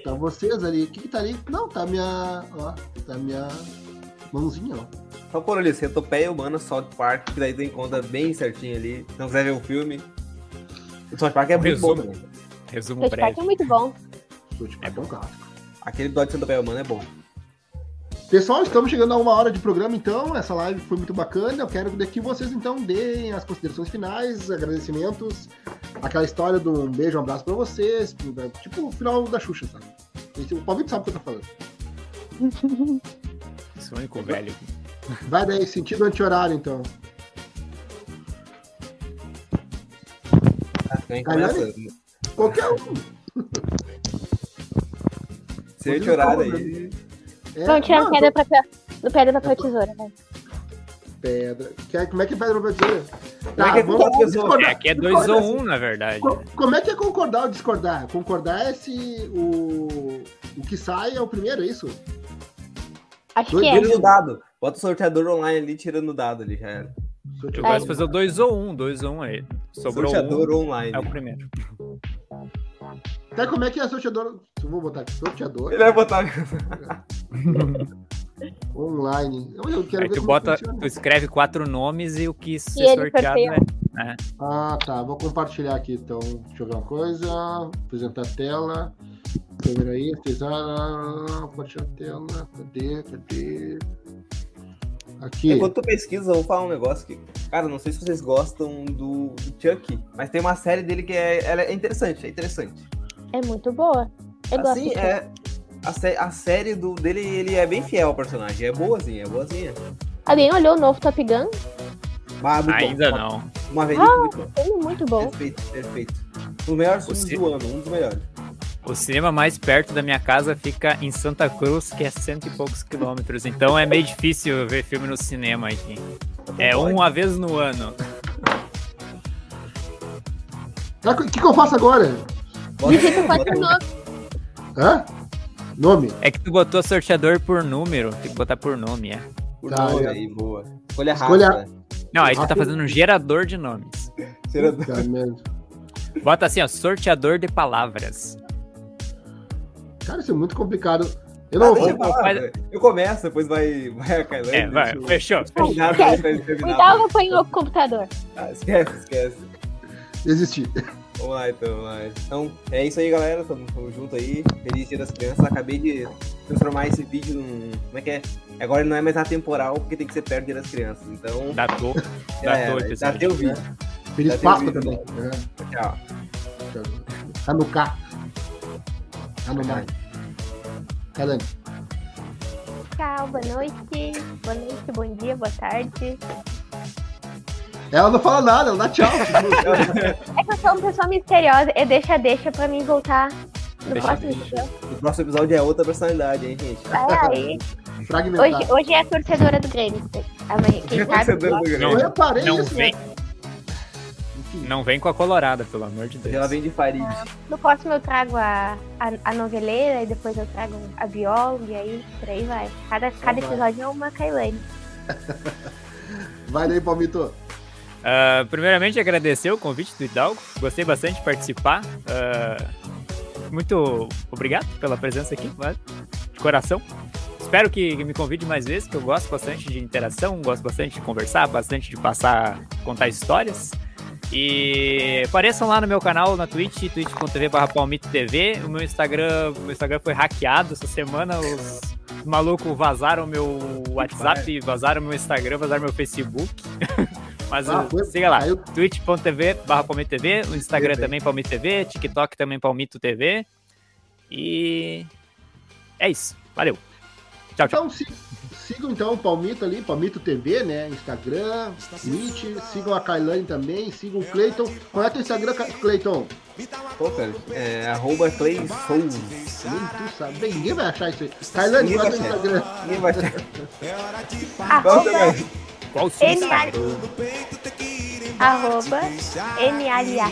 B: Tá vocês ali. O que, que tá ali? Não, tá minha. Ó. Tá minha mãozinha, ó.
E: Só por ali, Centopeia Humana, South Park, que daí tu encontra bem certinho ali. Se não quiser ver o filme. O South Park é
C: Um
E: muito bom
C: resumo.
E: também.
C: Resumo
D: South
C: breve.
D: Park é muito bom.
B: Tô tipo, é um clássico.
E: Aquele episódio de Centopeia Humana é bom.
B: Pessoal, estamos chegando a uma hora de programa, então. Essa live foi muito bacana. Eu quero que vocês, então, deem as considerações finais, agradecimentos, aquela história do um beijo, um abraço pra vocês, pro- da- tipo o final da Xuxa, sabe? Esse- O Palmito sabe o que eu tô falando.
C: Esse único velho.
B: Vai daí, sentido anti-horário, então.
E: Tá, então a gente
B: Caralho.
E: começa.
B: Qualquer um.
E: Seja
B: Inclusive,
E: de horário
B: tá
E: aí.
B: É,
D: Vamos tirar
B: não,
D: pedra, papel, do pedra, papel, tesoura, né?
B: pedra. Que- Como é que é pedra, papel, tesoura?
E: é que é quatro pessoas?
B: discordar.
C: É, aqui é 2 ou 1, um, na verdade.
B: Co- Como é que é concordar ou discordar? Concordar é se o, o que sai é o primeiro, é isso?
D: Acho
B: Dois
D: que é.
E: Tira o dado. Bota o sorteador online ali, tirando o dado ali, já era.
B: Deixa
C: Eu
B: ver.
C: gosto de fazer o 2 ou 1, um, 2 ou 1 um aí. Sobrou
E: sorteador
C: um,
E: online.
C: é o primeiro.
B: Até como é que é sorteador? Eu vou botar aqui, sorteador
E: Ele vai botar.
B: online. Eu, eu quero
C: Aí
B: ver
C: tu
B: como
C: bota,
B: funciona.
C: tu escreve quatro nomes e o que ser
D: ele
C: sorteado
D: sorteia.
C: é.
B: Ah, tá. Vou compartilhar aqui, então. Deixa eu ver uma coisa. Apresentar a tela. Câmera aí. ah, Pesar. Compartilhar a tela. Cadê? Cadê? Aqui.
E: Enquanto É, tu pesquisa, eu vou falar um negócio que, cara, não sei se vocês gostam do, do Chuck, mas tem uma série dele que é, ela é interessante, é interessante.
D: É muito boa. Eu gosto.
E: assim, é a, sé- a série do dele, ele é bem fiel ao personagem, é boazinha, é boazinha.
D: Alguém olhou o novo Top Gun?
E: Mas é muito bom.
C: Ainda não.
E: Uma vez muito bom.
D: Filme é muito Ah, bom.
E: Perfeito, perfeito. Um dos melhores filmes
C: Você-
E: do ano, um dos melhores.
C: O cinema mais perto da minha casa fica em Santa Cruz, que é cento e poucos quilômetros. Então é meio difícil ver filme no cinema aqui. É uma vez no ano.
B: Tá, O que, que eu faço agora?
E: Bota,
D: Quatro
E: bota,
D: nomes.
B: Hã? Nome?
C: É que tu botou sorteador por número. Tem que botar por nome, é.
E: Por
B: Tá,
E: nome
B: é.
E: aí, boa. Escolha né?
B: Escolha-
E: rápida.
C: Não, aí tu tá fazendo um gerador de nomes.
E: Será-
B: Puta merda.
C: Bota assim, ó, sorteador de palavras.
B: Cara, isso é muito complicado. Eu não
E: Ah, deixa
B: vou.
E: eu falar,
C: Mas-
E: velho. Eu começo, depois vai, vai a Kailane.
C: É, vai,
E: deixa eu-
C: fechou.
E: Terminar, vai, vai terminar.
D: O Hidalgo apanhou Então, o computador.
E: Ah, esquece, esquece.
B: Existir.
E: Vamos lá então, vamos lá. Então, é isso aí, galera. Tamo, tamo junto aí. Feliz Dia das Crianças. Acabei de transformar esse vídeo num. Como é que é? Agora ele não é mais atemporal, porque tem que ser perto do Dia das Crianças. Então,
C: Datou.
E: já
B: É,
C: Datou o
E: era. já
C: episódio.
E: deu o vídeo.
B: Feliz
E: Já tem
B: Páscoa
E: vídeo,
B: também.
E: né?
B: É.
E: Tchau.
B: Tá Hanukkah. Hanukkah. Cadê?
D: Tchau, boa noite. Boa noite, bom dia, boa tarde.
B: Ela não fala nada, ela dá tchau.
D: É que eu sou uma pessoa misteriosa. Eu deixo a deixa pra mim voltar no
C: Deixa a
D: próximo
C: deixa.
D: dia.
E: O próximo episódio é outra personalidade, hein, gente?
D: Ah, aí.
B: Fragmentada.
D: Hoje, hoje é a torcedora do Grêmio. Amanhã, quem sabe.
E: Torcedor do Grêmio.
C: Não,
B: Eu reparei
C: não
B: isso,
C: vem.
B: né?
C: Não vem com a colorada, pelo amor de
E: Ela
C: Deus.
E: vem de Farid.
D: No próximo eu trago a, a, a noveleira e depois eu trago a bióloga e aí por aí vai. Cada, cada
B: vai.
D: episódio é uma Kailane.
B: Vai daí, Palmito.
C: Ah, primeiramente, agradecer o convite do Hidalgo. Gostei bastante de participar. Ah, muito obrigado pela presença aqui, mas de coração. Espero que me convide mais vezes, que eu gosto bastante de interação, gosto bastante de conversar, bastante de passar, contar histórias. E apareçam lá no meu canal na Twitch, twitch.tv barra Palmito TV. O meu Instagram, o meu Instagram foi hackeado essa semana. Os malucos vazaram meu WhatsApp, vazaram meu Instagram, vazaram meu Facebook. Mas
B: Ah,
C: o-
B: foi-
C: siga lá,
B: caiu.
C: twitch.tv barra Palmito TV, o Instagram
B: Perfeito.
C: também Palmito TV, TikTok também Palmito TV. E é isso. Valeu. Tchau, tchau.
B: Então si- sigam então o Palmito ali, Palmito TV, né? Instagram, Twitch, sigam a Kailane também, sigam o Cleiton. Qual é teu Instagram, Ca- Cleiton?
E: Pô, cara, é arroba Clay Souls.
B: Nem tu sabe, bem, ninguém vai achar isso aí. Kailane, qual é teu
E: Ninguém vai
B: Instagram?
E: Ninguém vai
D: Arroba,
C: Qual o seu
D: Ele-
C: Instagram?
D: arroba MLA.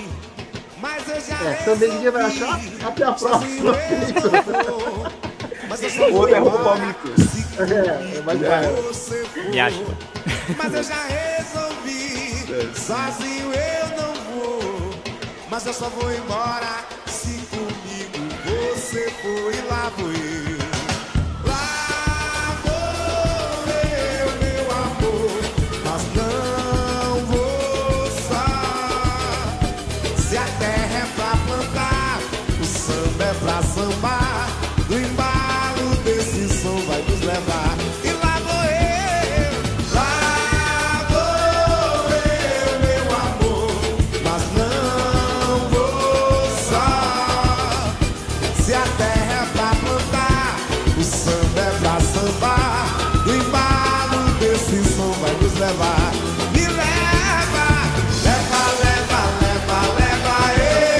B: É, também ninguém vai achar. Até a próxima, Cleiton.
E: Outro é arroba Palmito.
B: É, mas
E: Já era.
C: Me acha.
F: Mas eu já resolvi, sozinho eu não vou. Mas eu só vou embora se comigo você for e lá vou eu. Lá vou eu, meu amor, mas não vou só. Se a terra é pra plantar, o samba é pra sambar. Do embalo desse som vai nos levar. E lá vou eu, lá vou eu, meu amor. Mas não vou só. Se a terra é pra plantar, o samba é pra sambar. Do embalo desse som vai nos levar. Me leva, leva, leva, leva, leva eu.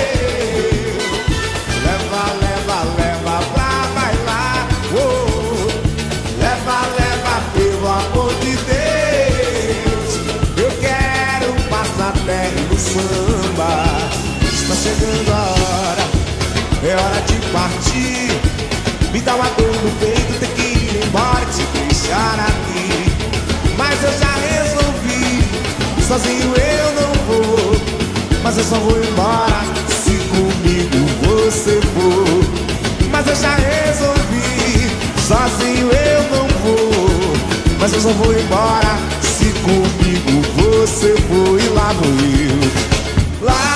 F: Leva, leva, leva pra bailar. Oh, leva, leva, pelo amor de Deus. Eu quero passar perto do samba. Está chegando a hora, é hora de partir. Me dá uma dor no peito, tem que ir embora, te deixar aqui. Mas eu já resolvi, sozinho eu não vou. Mas eu só vou embora se comigo você for. Mas eu já resolvi, sozinho eu não vou. Mas eu só vou embora se comigo você for. E lá vou eu. Lá é